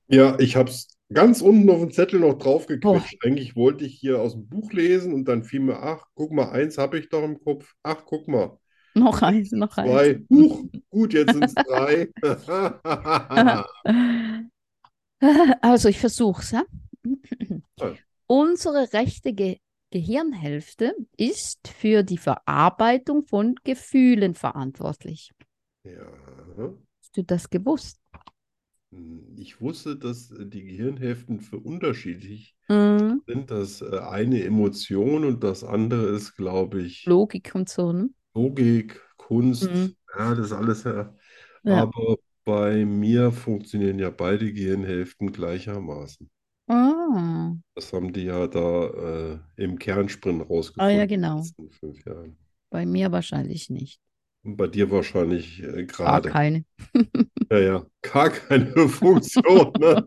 Ja, ich habe es ganz unten auf den Zettel noch draufgequetscht.
Boah.
Eigentlich wollte ich hier aus dem Buch lesen und dann fiel mir, ach, guck mal, eins habe ich doch im Kopf. Ach, guck mal,
Noch eins, noch eins.
zwei. Huch, gut, jetzt sind
*laughs*
es drei. *laughs*
*laughs* Also ich versuch's, ja?
Toll.
Unsere rechte Ge Gehirnhälfte ist für die Verarbeitung von Gefühlen verantwortlich.
Ja.
Hast du das gewusst?
Ich wusste, dass äh, die Gehirnhälften für unterschiedlich
Mhm.
sind. Das äh, eine Emotion und das andere ist, glaube ich,
Logik und so, ne?
Logik, Kunst.
Mhm.
Ja, das ist alles. Ja.
Ja.
Aber bei mir funktionieren ja beide Gehirnhälften gleichermaßen.
Ah.
Das haben die ja da äh, im Kernsprint
Ah
rausgefunden
ja,
in den
genau.
letzten fünf Jahren.
Bei mir wahrscheinlich nicht.
Und bei dir wahrscheinlich äh,
Gar
gerade.
keine.
Ja, ja, gar
*laughs*
keine Funktion. Ne?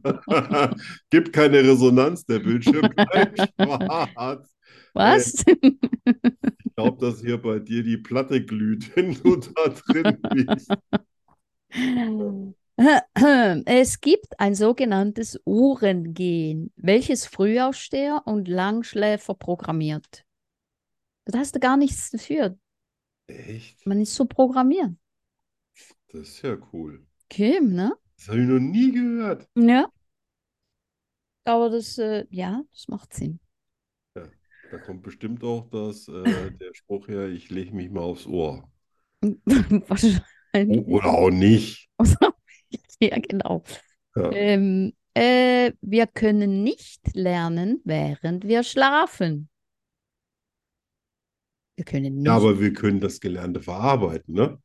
*laughs* Gibt keine Resonanz, der Bildschirm
*laughs*
bleibt schwarz.
Was? *laughs*
Ich glaube, dass hier bei dir die Platte glüht, *laughs* wenn du da drin liegst.
*clears throat* Es gibt ein sogenanntes Uhrengen, welches Frühaufsteher und Langschläfer programmiert. Da hast du gar nichts dafür.
Echt?
Man ist so programmiert.
Das ist ja cool.
Kim, ne?
Das habe ich noch nie gehört.
Ja. Aber das, äh, ja, das macht Sinn. *laughs*
Da kommt bestimmt auch das, äh, der Spruch her, ich lege mich mal
*laughs*
aufs Ohr. O-
Wahrscheinlich.
Oder auch nicht.
*laughs* Ja, genau.
Ja.
Ähm, äh, wir können nicht lernen, während wir schlafen. Wir können nicht.
Ja, aber wir können das Gelernte verarbeiten, ne?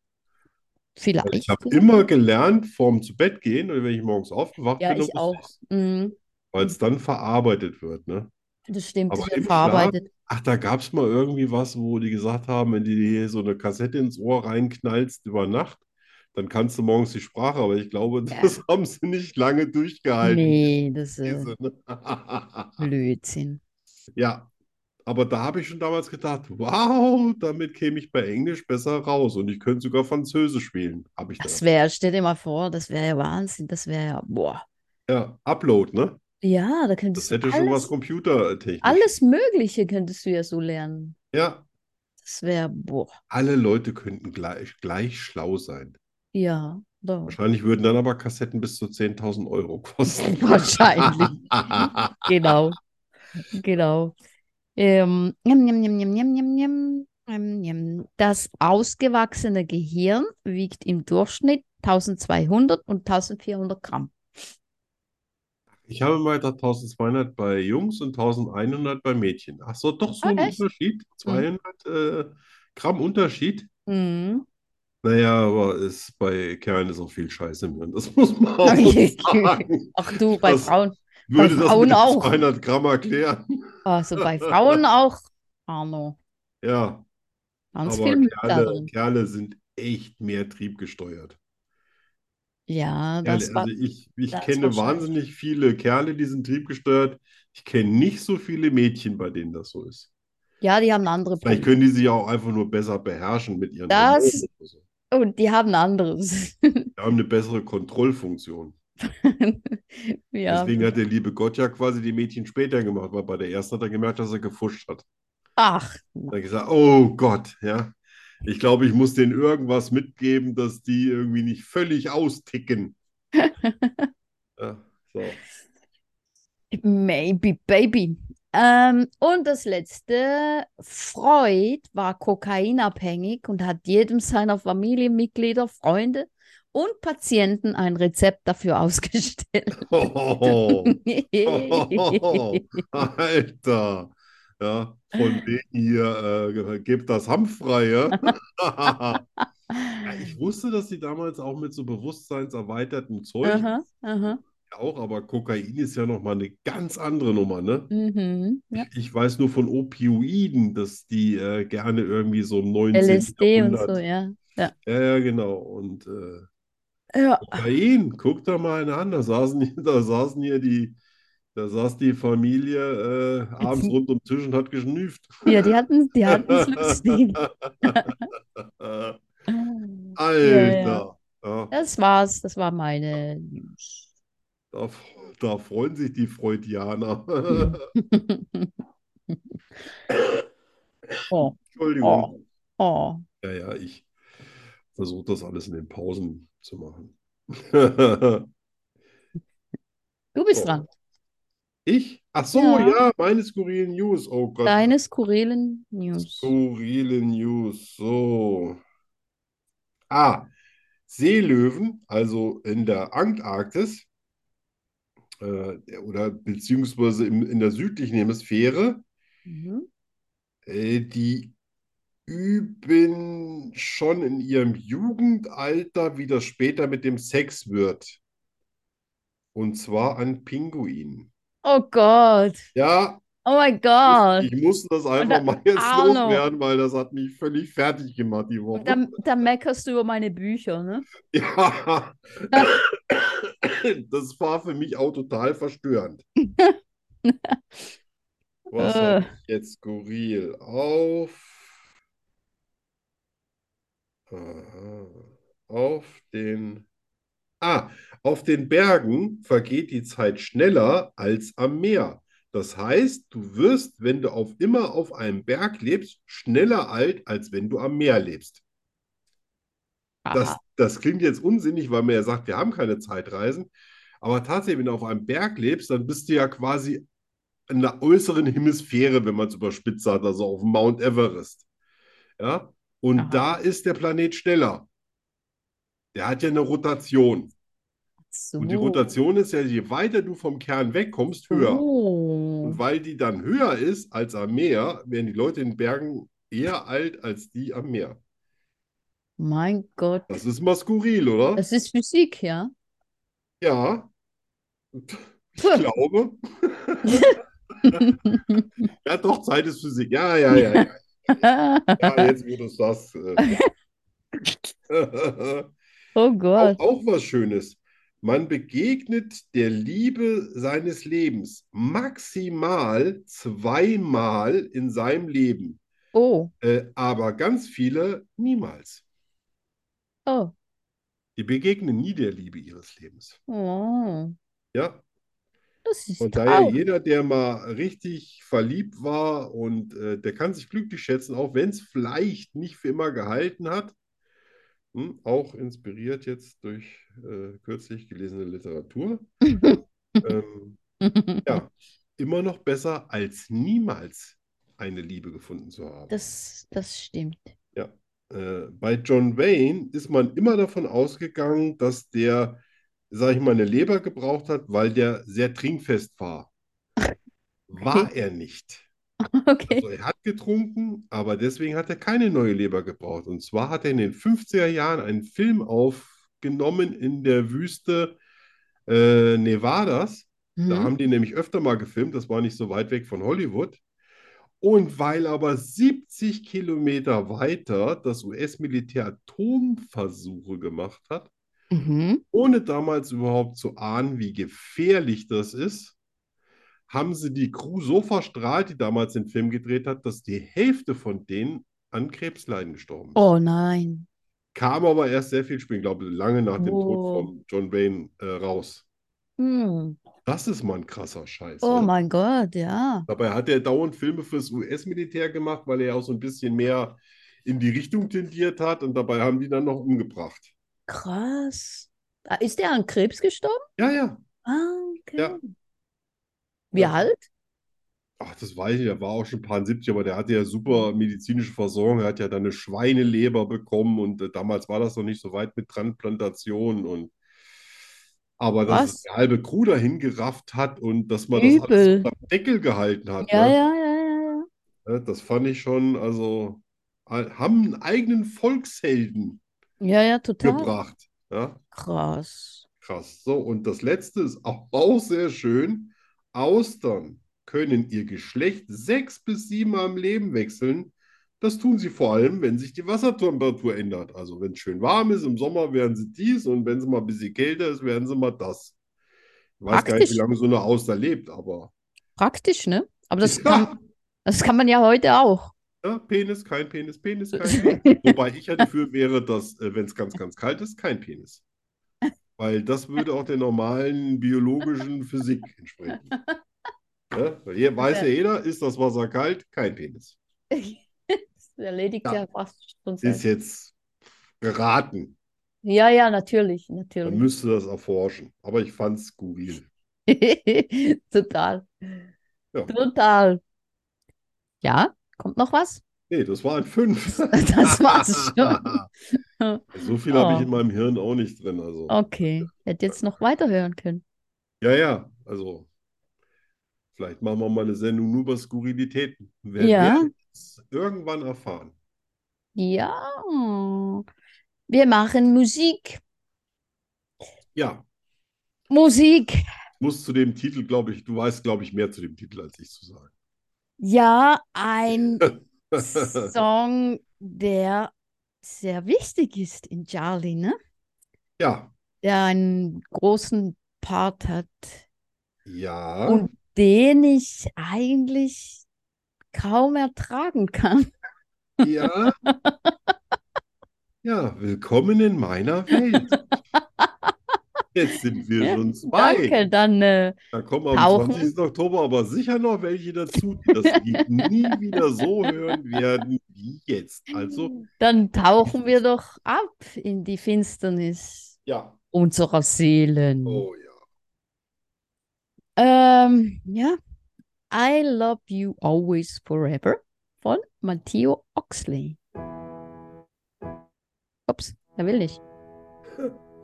Vielleicht.
Ich habe immer gelernt, vorm zu Bett gehen oder wenn ich morgens aufgewacht
ja,
bin,
ich auch. Mhm.
weil es dann verarbeitet wird. Ne?
Das stimmt,
Aber
das wird
im Schlaf-
verarbeitet.
Ach, da gab es mal irgendwie was, wo die gesagt haben, wenn du dir hier so eine Kassette ins Ohr reinknallst über Nacht, dann kannst du morgens die Sprache, aber ich glaube,
Ja.
das *laughs* haben sie nicht lange durchgehalten.
Nee, das ist
Diese, ne?
Blödsinn.
*laughs* Ja, aber da habe ich schon damals gedacht, wow, damit käme ich bei Englisch besser raus und ich könnte sogar Französisch spielen, habe ich da.
Das wäre, stell dir mal vor, das wäre ja Wahnsinn, das wäre ja, boah.
Ja, Upload, ne?
Ja, da
Das
könntest du
hätte schon was
alles,
Computertechnisches.
alles Mögliche könntest du ja so lernen.
Ja,
Das wäre, boah,
alle Leute könnten gleich, gleich schlau sein.
ja, doch.
*laughs* Wahrscheinlich würden dann aber Kassetten bis zu 10.000 Euro kosten.
*laughs* Wahrscheinlich. Genau. Genau. Ähm, njam, njam, njam, njam, njam, njam, njam, njam, njam. Das ausgewachsene Gehirn wiegt im Durchschnitt 1200 und 1400 Gramm.
*laughs* Ich habe mal gedacht, 1200 bei Jungs und 1100 bei Mädchen. Ach so, doch so
Ah,
ein
echt?
Unterschied. 200 äh, Gramm Unterschied.
Mhm.
Naja, aber ist bei Kerlen ist auch viel Scheiße im Hirn. Das muss
*laughs*
man auch so sagen.
Ach du, bei
Das-
Frauen.
Würde das
Frauen
mit den
auch.
200 Gramm erklären.
Also bei
*laughs*
Frauen auch, Arno.
Ja,
Ganz
aber
viel mit da
Kerle,
drin.
Kerle sind echt mehr triebgesteuert.
Ja,
Kerle,
das war.
also ich, ich
das
kenne
war scheiße.
wahnsinnig viele Kerle, die sind triebgesteuert. Ich kenne nicht so viele Mädchen, bei denen das so ist.
Ja, die haben andere
Vielleicht
Probleme.
können die sich auch einfach nur besser beherrschen mit ihren
Das-
Hormonen oder so.
Und die haben ein anderes. *laughs*
Die haben eine bessere Kontrollfunktion.
Ja.
Deswegen hat der liebe Gott ja quasi die Mädchen später gemacht, weil bei der ersten hat er gemerkt, dass er gefuscht hat.
Ach,
Dann hab ich gesagt, oh Gott, ja. Ich glaube, ich muss denen irgendwas mitgeben, dass die irgendwie nicht völlig austicken. ja, so.
Maybe, baby. Ähm, und das letzte, Freud war kokainabhängig und hat jedem seiner Familienmitglieder, Freunde und Patienten ein Rezept dafür *laughs*
*laughs*
ausgestellt.
Hohoho. Hohoho. Alter. Ja, von wegen hier, äh, gebt das Hanf frei, ja. Ja, ich wusste, dass die damals auch mit so bewusstseinserweitertem Zeug
Aha, aha.
auch, aber Kokain ist ja nochmal eine ganz andere Nummer, ne?
Mhm, ja.
Ich weiß nur von Opioiden, dass die äh, gerne irgendwie so im 19.
LSD und so,
Jahrhundert.
ja.
Ja, ja, genau. Und äh,
Ja,
Kokain, guck da mal einen an. Da saßen, da saßen hier die, da saß die Familie äh, abends
Jetzt-
rund um den Tisch und hat geschnüfft.
ja die hatten die
*laughs*
es lustig.
Äh,
ja.
Alter. Ja,
Das war's, das war meine News.
*laughs* da, da freuen sich die Freudianer. *laughs*
Oh,
Entschuldigung.
oh.
Ja, ja, ich versuche das alles in den Pausen zu machen. *laughs*
Du bist
Oh.
dran.
Ich? Ach so,
Ja.
ja, meine skurrilen News. Oh Gott,
Deine skurrilen News.
skurrile News. So. Ah, Seelöwen, also in der Antarktis äh, oder beziehungsweise im, in der südlichen Hemisphäre,
Mhm.
äh, die üben schon in ihrem Jugendalter, wie das später mit dem Sex wird. Und zwar an Pinguinen.
Oh Gott.
Ja,
Oh mein Gott.
Ich musste das
da-
einfach mal jetzt
Arno.
loswerden, weil das hat mich völlig fertig gemacht, die
Und
Woche.
dann, dann meckerst du über meine Bücher, ne?
*laughs* Ja. Das war für mich auch
*laughs*
total verstörend. Was
Äh.
habe ich jetzt skurril auf? Aha. äh, Auf den. Ah, auf den Bergen vergeht die Zeit schneller als am Meer. Das heißt, du wirst, wenn du auf immer auf einem Berg lebst, schneller alt, als wenn du am Meer lebst. Das,
Aha.
das klingt jetzt unsinnig, weil man ja sagt, wir haben keine Zeitreisen. Aber tatsächlich, wenn du auf einem Berg lebst, dann bist du ja quasi in der äußeren Hemisphäre, wenn man es überspitzt sagt, also auf dem Mount Everest. Ja? Und
Aha.
da ist der Planet schneller. Der hat ja eine Rotation.
So.
Und die Rotation ist ja, je weiter du vom Kern wegkommst, höher.
Oh.
Und weil die dann höher ist als am Meer, werden die Leute in den Bergen eher alt als die am Meer.
Mein Gott.
Das ist mal skurril, oder?
Es ist Physik,
*laughs*
ja.
ja. Ich
Puh.
glaube. ja, doch, Zeit ist Physik. Ja, ja, ja, ja. Ja, jetzt wird es das. äh.
*laughs* oh Gott.
Auch, auch was Schönes. Man begegnet der Liebe seines Lebens maximal zweimal in seinem Leben,
Oh,
äh, aber ganz viele niemals.
oh.
Die begegnen nie der Liebe ihres Lebens.
Oh.
Ja,
Das ist
von daher,
traurig.
jeder, der mal richtig verliebt war und äh, der kann sich glücklich schätzen, auch wenn es vielleicht nicht für immer gehalten hat. Hm, auch inspiriert jetzt durch äh, kürzlich
*laughs*
gelesene Literatur. ähm, Ja, immer noch besser als niemals eine Liebe gefunden zu haben.
Das, das stimmt.
Äh, bei John Wayne ist man immer davon ausgegangen, dass der, sag ich mal, eine Leber gebraucht hat, weil der sehr
*laughs*
trinkfest war. War er nicht.
*laughs* Okay.
Also er hat getrunken, aber deswegen hat er keine neue Leber gebraucht. Und zwar hat er in den 50er Jahren einen Film aufgenommen in der Wüste äh, Nevadas. Also, Da
Mhm.
haben die nämlich öfter mal gefilmt, das war nicht so weit weg von Hollywood. Und weil aber 70 Kilometer weiter das US-Militär Atomversuche gemacht hat,
Mhm.
ohne damals überhaupt zu ahnen, wie gefährlich das ist, haben sie die Crew so verstrahlt, die damals den Film gedreht hat, dass die Hälfte von denen an Krebsleiden gestorben ist.
Oh nein.
Kam aber erst sehr viel später, glaube ich, lange nach dem
Oh.
Tod von John Wayne äh, raus.
Hm.
Das ist mal ein krasser Scheiß,
Oh
oder?
mein Gott, ja.
Dabei hat er dauernd Filme fürs US-Militär gemacht, weil er ja auch so ein bisschen mehr in die Richtung tendiert hat und dabei haben die dann noch umgebracht.
Krass. Ah, Ist der an Krebs gestorben?
Ja, ja.
Ah, okay.
Ja.
Wie
Ja.
alt?
Ach, das weiß ich, der war auch schon ein paar 70, aber der hatte ja super medizinische Versorgung, er hat ja dann eine Schweineleber bekommen und äh, damals war das noch nicht so weit mit Transplantation und aber dass es
Was?
die halbe Crew dahin gerafft hat und dass man das alles
Übel.
am Deckel gehalten hat,
Ja,
ne?
ja, ja, ja, ja.
Ja, Das fand ich schon, also äh, haben einen eigenen Volkshelden.
Ja, ja, total.
gebracht. Ja,
Krass.
krass. So, und das letzte ist auch, auch sehr schön. Austern können ihr Geschlecht sechs bis siebenmal im Leben wechseln. Das tun sie vor allem, wenn sich die Wassertemperatur ändert. Also wenn es schön warm ist, im Sommer werden sie dies und wenn es mal ein bisschen kälter ist, werden sie mal das. Ich weiß gar nicht, wie
Praktisch.
lange so eine Auster lebt, aber
Praktisch, ne? Aber das
*laughs* ja,
kann, das kann man ja heute auch.
ja, Penis, kein Penis,
*laughs*
Penis, kein Penis. Wobei ich ja dafür wäre, dass, äh, wenn es ganz, ganz kalt ist, kein Penis. Weil das würde auch der normalen biologischen Physik entsprechen. Ja? Weil hier weiß ja jeder, ist das Wasser kalt, kein Penis.
Das erledigt
Ja.
ja fast schon
Ist
selbst.
jetzt geraten.
Ja, ja, natürlich,
Man
natürlich.
müsste das erforschen. Aber ich fand es skurril.
*laughs* Total.
Ja.
Total. Ja, kommt noch was? *laughs*
Nee, das waren fünf. *laughs*
Das war's schon.
So viel habe ich
Oh.
in meinem Hirn auch nicht drin. Also.
Okay, hätte jetzt noch weiterhören können.
Ja, ja. Also, vielleicht machen wir mal eine Sendung nur über Skurrilitäten. Wer
Ja.
wird es irgendwann erfahren?
Ja, wir machen Musik.
Ja,
Musik.
muss zu dem Titel, glaube ich, du weißt, glaube ich, mehr zu dem Titel, als ich zu sagen. *laughs*
Ja, ein Song, der sehr wichtig ist in Charlie, ne?
Ja,
Der einen großen Part hat
ja.
und den ich eigentlich kaum ertragen kann. *laughs*
Ja, ja, willkommen in meiner Welt. Jetzt sind wir
Ja,
schon zwei.
danke, dann äh,
Da kommen am
Tauchen.
20. Oktober aber sicher noch welche dazu, die das Lied nie wieder so hören werden wie jetzt. Also,
dann tauchen wir doch ab in die Finsternis
ja.
unserer Seelen.
Oh ja.
Ähm, ja, I Love You Always Forever von Matteo Oxley. Ups, er will nicht.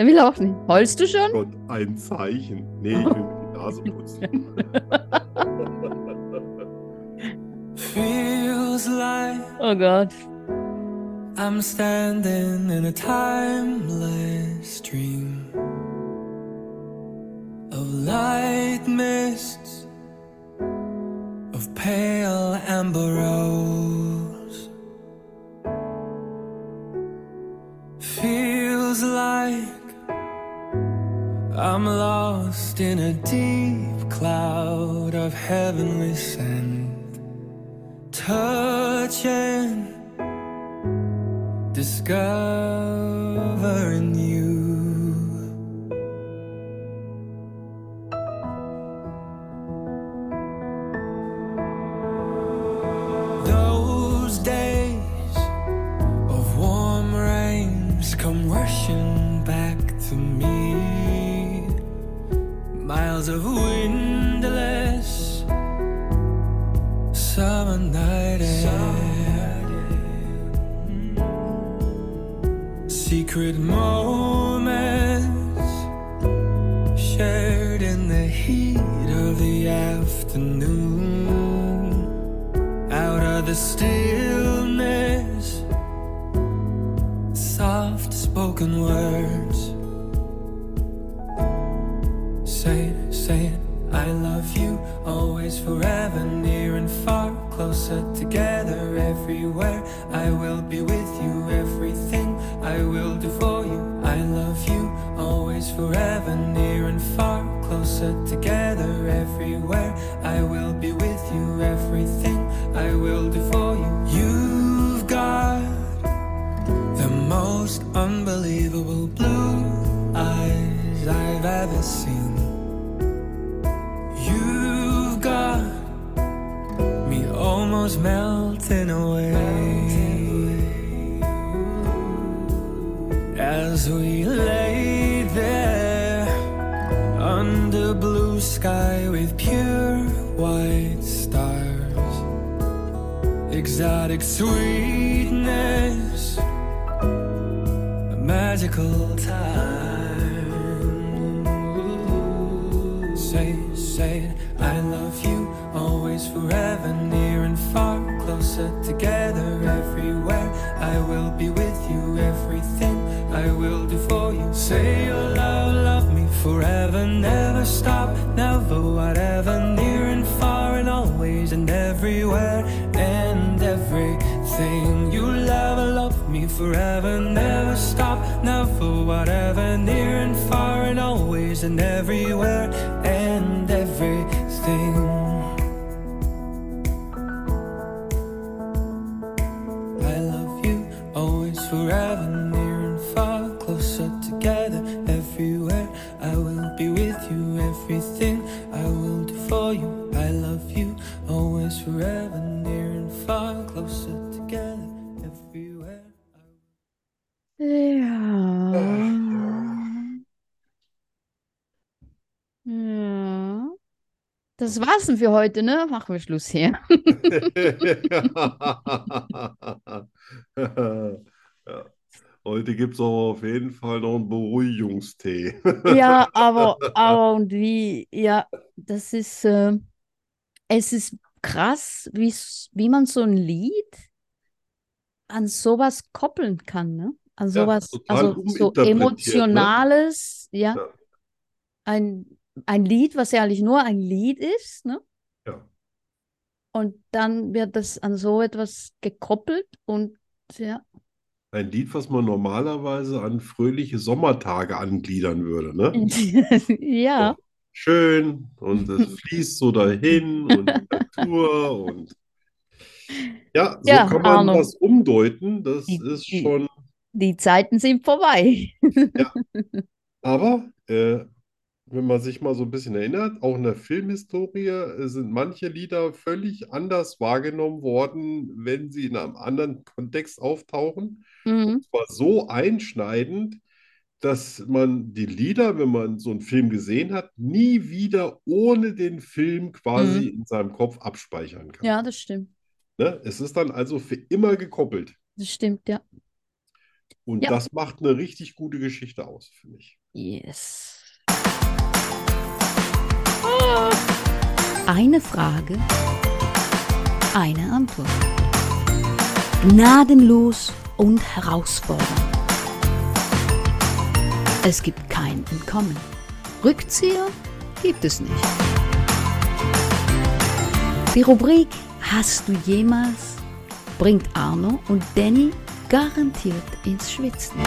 Er will auch nicht. Heulst du schon?
Gott, ein Zeichen. Nee, ich will mir die
*laughs*
Nase putzen. *laughs*
Feels like
Oh Gott.
I'm standing in a timeless dream of light mists, of pale amber rose. Feels like I'm lost in a deep cloud of heavenly scent, touching discovering you. Those days of warm rains come rushing back to me. Miles of windless summer night air. secret moments shared in the heat of the afternoon. Out of the stillness, soft spoken words say it, say it. I love you always, forever, near and far, closer together, everywhere. I will be with you, everything I will do for you. I love you always, forever, near and far, closer together, everywhere. I will be with you, everything I will do for you. You've got the most unbelievable blue eyes I've ever seen. You've got me almost melting away as we lay there under blue sky with pure white stars, exotic sweetness, a magical time. Say, say it. I love you always, forever, near and far, closer together, everywhere. I will be with you, everything I will do for you. Say you love, love me forever, never stop, never, whatever, near and far, and always and everywhere, and everything. You love, love me forever, never stop, never, whatever, near and far, and always and everywhere, and everything. I love you always, forever, near and far, closer together, everywhere. I will be with you, everything I will do for you. I love you always, forever, near and far, closer together, everywhere.
Ja. Ja. Das war's denn für heute, ne? Machen wir Schluss hier.
ja. Heute gibt es aber auf jeden Fall noch einen Beruhigungstee. *laughs*
Ja, aber, aber und wie, ja, das ist, äh, es ist krass, wie's- wie man so ein Lied an sowas koppeln kann, ne? An sowas,
total
also so
uminterpretiert, ne?
emotionales, ja.
Ja.
Ein, ein Lied, was ja eigentlich nur ein Lied ist, ne?
Ja.
Und dann wird das an so etwas gekoppelt und ja,
Ein Lied, was man normalerweise an fröhliche Sommertage angliedern würde, ne?
*laughs* ja.
Schön
*laughs*
und es fließt so dahin und die Natur und ja, so
Ja,
kann man
Arno.
das umdeuten. Das
Die-
ist
die-
schon,
Die Zeiten sind vorbei.
aber äh, wenn man sich mal so ein bisschen erinnert, auch in der Filmhistorie äh, sind manche Lieder völlig anders wahrgenommen worden, wenn sie in einem anderen Kontext auftauchen.
Mhm.
war so einschneidend, dass man die Lieder, wenn man so einen Film gesehen hat, nie wieder ohne den Film quasi in seinem Kopf abspeichern kann.
Mhm. Ja, das stimmt.
Ne? Es ist dann also für immer gekoppelt.
Das stimmt, ja.
Und
Ja.
das macht eine richtig gute Geschichte aus, finde ich.
Yes.
Eine Frage, eine Antwort. Gnadenlos und herausfordernd. Es gibt kein Entkommen. Rückzieher gibt es nicht. Die Rubrik Hast du jemals bringt Arno und Danny garantiert ins Schwitzen.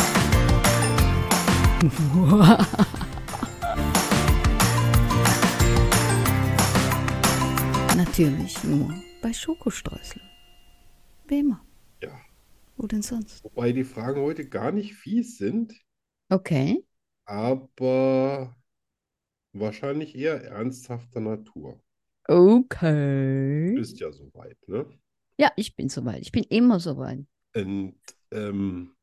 Natürlich nur bei Schokostreuseln. Wie immer.
Ja.
Wo denn sonst?
Wobei die Fragen heute gar nicht fies sind,
Okay.
aber wahrscheinlich eher ernsthafter Natur. Du
Okay.
bist ja soweit, ne?
Ja, ich bin soweit. Ich bin immer soweit.
Und ähm,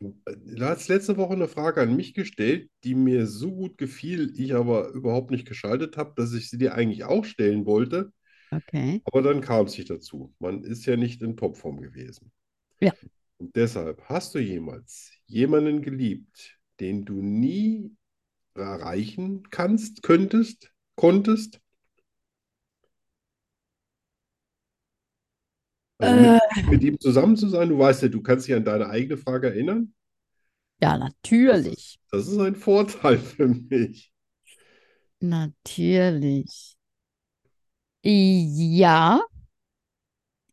du hast letzte Woche eine Frage an mich gestellt, die mir so gut gefiel, ich aber überhaupt nicht geschaltet habe, dass ich sie dir eigentlich auch stellen wollte.
Okay.
Aber dann kam es nicht dazu. Man ist ja nicht in Topform gewesen.
Ja.
Und deshalb, hast du jemals jemanden geliebt, den du nie erreichen kannst, könntest, konntest? Also mit,
Äh.
mit ihm zusammen zu sein, du weißt ja, du kannst dich an deine eigene Frage erinnern.
Ja, natürlich.
Das ist ein Vorteil *laughs* für mich.
Natürlich. Ja,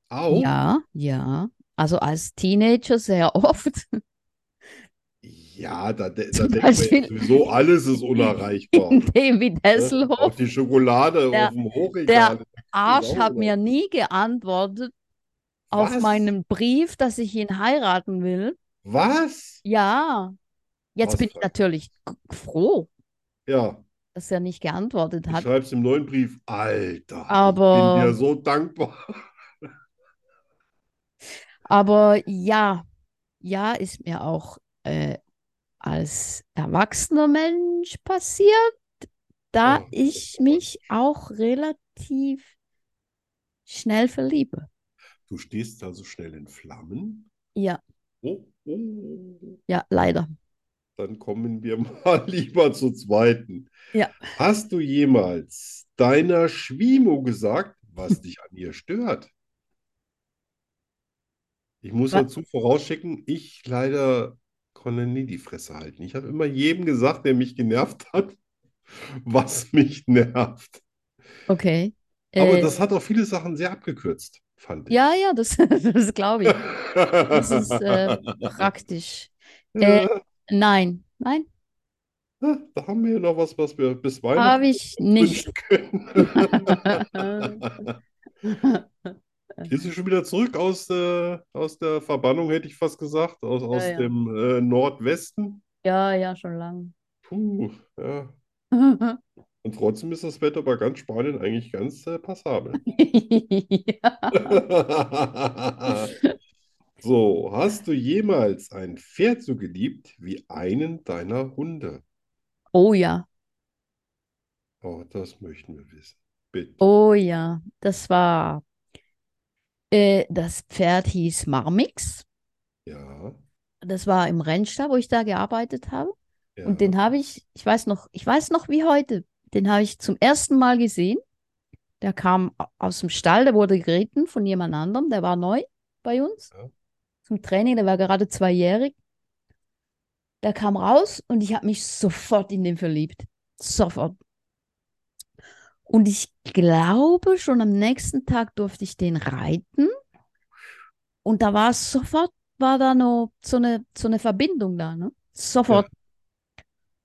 Oh.
Auch?
ja, ja. Also als Teenager sehr *laughs* oft.
Ja, da, de da
Zum
denkt man ja
Beispiel-
sowieso, alles ist
Oh.
unerreichbar.
*laughs* David
Auch
Hasselhoff.
ne? die Schokolade
Der-
auf dem Hochregal.
Arsch
auch
hat mir
überhaupt
nie geantwortet auf
Was?
meinen Brief, dass ich ihn heiraten will.
Was?
Ja. Jetzt
Was
bin ich
für-
natürlich g- froh,
Ja,
dass er nicht geantwortet
ich
hat.
schreibe es im neuen Brief. Alter, ich
Aber-
bin dir so dankbar.
Aber ja, ja, ist mir auch äh, als erwachsener Mensch passiert, da
Oh,
ich
Gott.
mich auch relativ schnell verliebe.
Du stehst da so schnell in Flammen.
Ja,
Oh, oh.
ja, leider.
Dann kommen wir *laughs* mal lieber zur zweiten.
Ja.
Hast du jemals deiner Schwimo gesagt, was dich an ihr stört? Ich muss
Wa-
dazu vorausschicken, ich leider konnte nie die Fresse halten. Ich habe immer jedem gesagt, der mich genervt hat, *laughs* was mich nervt.
Okay.
Aber
Äh,
das hat auch viele Sachen sehr abgekürzt, fand *laughs* ich.
ja, ja, das, *laughs* das glaube ich. Das ist äh, praktisch. äh, Nein, nein,
Da haben wir ja noch was, was wir bis
habe
Weihnachten
ich
*laughs*
nicht. *laughs*
wünschen können. Ist sie schon wieder zurück aus, äh, aus der Verbannung, hätte ich fast gesagt, aus, aus
ja.
dem äh, Nordwesten.
Ja, ja, schon lang. *laughs*
Puh, ja. Und trotzdem ist das Wetter bei ganz Spanien eigentlich ganz äh, passabel.
Ja.
*laughs*
*laughs*
So, hast du jemals ein Pferd so geliebt wie einen deiner Hunde?
Oh ja,
Oh, das möchten wir wissen. Bitte.
oh ja, das war. Äh, das Pferd hieß Marmix.
Ja,
Das war im Rennstab, wo ich da gearbeitet habe.
ja.
Und den habe ich, ich weiß noch, ich weiß noch wie heute, den habe ich zum ersten Mal gesehen. Der kam au- aus dem Stall, der wurde geritten von jemand anderem, der war neu bei uns
Ja.
zum Training, der war gerade zweijährig. Der kam raus und ich habe mich sofort in den verliebt. Sofort. Und ich glaube, schon am nächsten Tag durfte ich den reiten. Und da war sofort, war da noch so eine, so eine Verbindung da, ne? Sofort.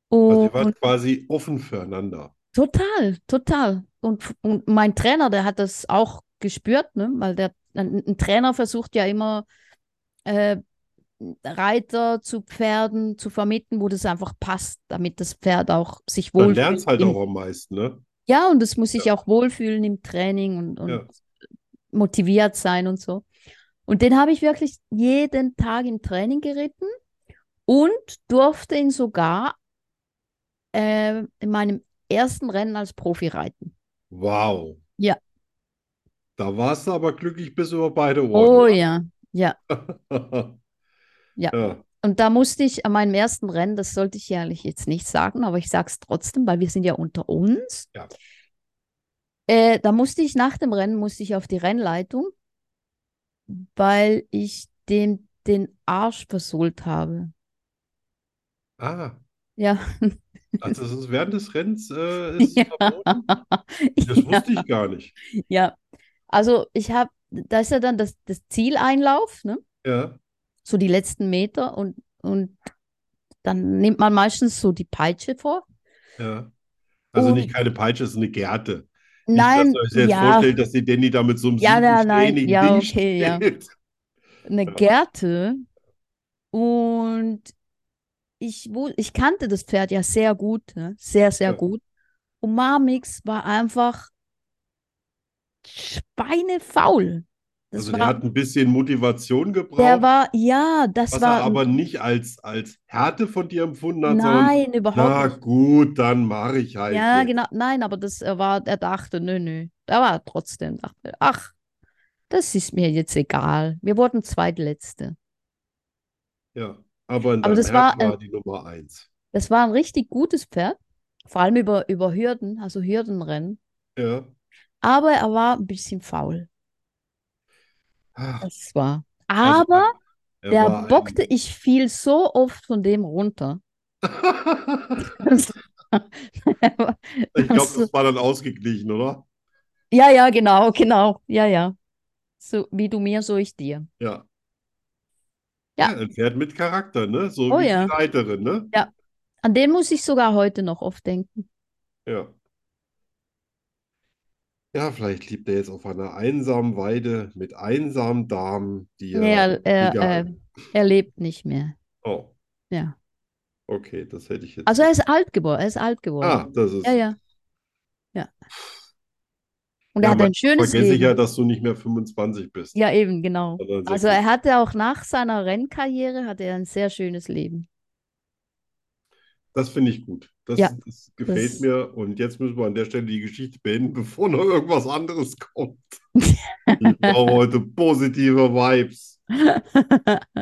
Also,
Und
ihr wart quasi offen füreinander.
total, total. Und, und mein Trainer, der hat das auch gespürt, ne? Weil der, ein, ein Trainer versucht ja immer, äh, Reiter zu Pferden zu vermitteln, wo das einfach passt, damit das Pferd auch sich
Dann
wohlfühlt.
lernt's halt
im-
auch am meisten, ne?
ja, und es muss sich auch wohlfühlen im Training und, und
Ja.
motiviert sein und so. Und den habe ich wirklich jeden Tag im Training geritten und durfte ihn sogar äh, in meinem ersten Rennen als Profi reiten.
Wow.
Ja.
Da warst du aber glücklich bis über beide
Oh
Ohren.
ja, ja.
*laughs* ja.
Ja.
Äh,
Und da musste ich an meinem ersten Rennen, das sollte ich ehrlich jetzt nicht sagen, aber ich sage es trotzdem, weil wir sind ja unter uns.
Ja.
Äh, da musste ich nach dem Rennen, musste ich auf die Rennleitung, weil ich dem den Arsch versohlt habe.
Ah,
Ja.
also das ist während des
*laughs*
Rennens äh, ist es verboten? Das
ja.
wusste ich gar nicht.
ja. Also ich habe, da ist ja dann das, das Zieleinlauf, ne?
Ja,
so die letzten Meter und, und dann nimmt man meistens so die Peitsche vor.
ja. Also
Oh.
nicht keine Peitsche, es ist eine Gerte.
Nein,
nicht, dass ihr euch jetzt
ja,
vorstellt, dass die Danny da mit so einem
Ja, ja, nein,
siebensteinigen
ja,
Ding
okay, ja.
steht.
eine Gerte. Und ich, wu- ich kannte das Pferd ja sehr gut, ne? sehr, sehr
Ja.
gut. Und Marmix war einfach schweinefaul. Das
Also der
war,
hat ein bisschen Motivation
der
gebraucht,
war, ja, das
was
war,
er aber nicht als, als Härte von dir empfunden hat, sondern
nein, überhaupt
na
nicht.
gut, dann mache ich halt
Ja,
jetzt.
genau. Nein, aber das er war, er dachte, nö, nö. Da war er trotzdem, dachte, er, ach, das ist mir jetzt egal. Wir wurden Zweitletzte.
Ja, aber in
Aber
deinem
das war
Herz
ein-
die Nummer eins.
Das war ein richtig gutes Pferd, vor allem über, über Hürden, also Hürdenrennen.
Ja.
Aber er war ein bisschen faul.
Ach,
Das war.
also
Aber
er, er
der
war ein-
bockte, ich fiel so oft von dem runter. *laughs* Das war-
*laughs* Ich glaube,
Also-
das war dann ausgeglichen, oder?
ja, ja, genau, genau. Ja, ja. So wie du mir, so ich dir.
Ja.
Ja.
ein Pferd mit Charakter, ne? So
Oh
wie die
ja.
Reiterin, ne?
An den muss ich sogar heute noch oft denken.
Ja. Ja, vielleicht lebt er jetzt auf einer einsamen Weide mit einsamen Damen, die
Nee,
er.
er, er,
egal.
äh, er lebt nicht mehr.
Oh,
Ja.
okay, das hätte ich jetzt.
Also er ist alt geworden. Er ist alt
Ah,
geworden.
das ist.
Ja, ja. Ja. Und er
Ja,
hat ein schönes
Vergesse ich
Leben.
ja, dass du nicht mehr 25 bist.
Ja, eben, genau.
sondern
Also
26.
er hatte auch nach seiner Rennkarriere hatte er ein sehr schönes Leben.
Das finde ich gut. Das,
Ja,
das gefällt
das-
mir. Und jetzt müssen wir an der Stelle die Geschichte beenden, bevor noch irgendwas anderes
*laughs*
kommt. Ich brauche heute positive
*laughs*
Vibes.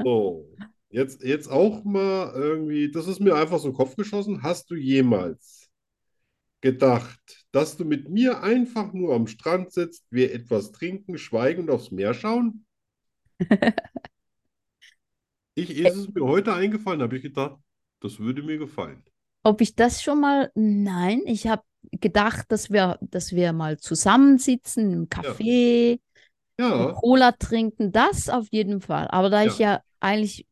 So. Jetzt, jetzt auch mal irgendwie, das ist mir einfach so in den Kopf geschossen. Hast du jemals gedacht, dass du mit mir einfach nur am Strand sitzt, wir etwas trinken, schweigen und aufs
*laughs*
Meer schauen? Ich, ist es mir heute eingefallen, habe ich gedacht, das würde mir gefallen.
Ob ich das schon mal? Nein, ich habe gedacht, dass wir, dass wir mal zusammensitzen im Café,
Ja.
Cola trinken, das auf jeden Fall. Aber da ich ja eigentlich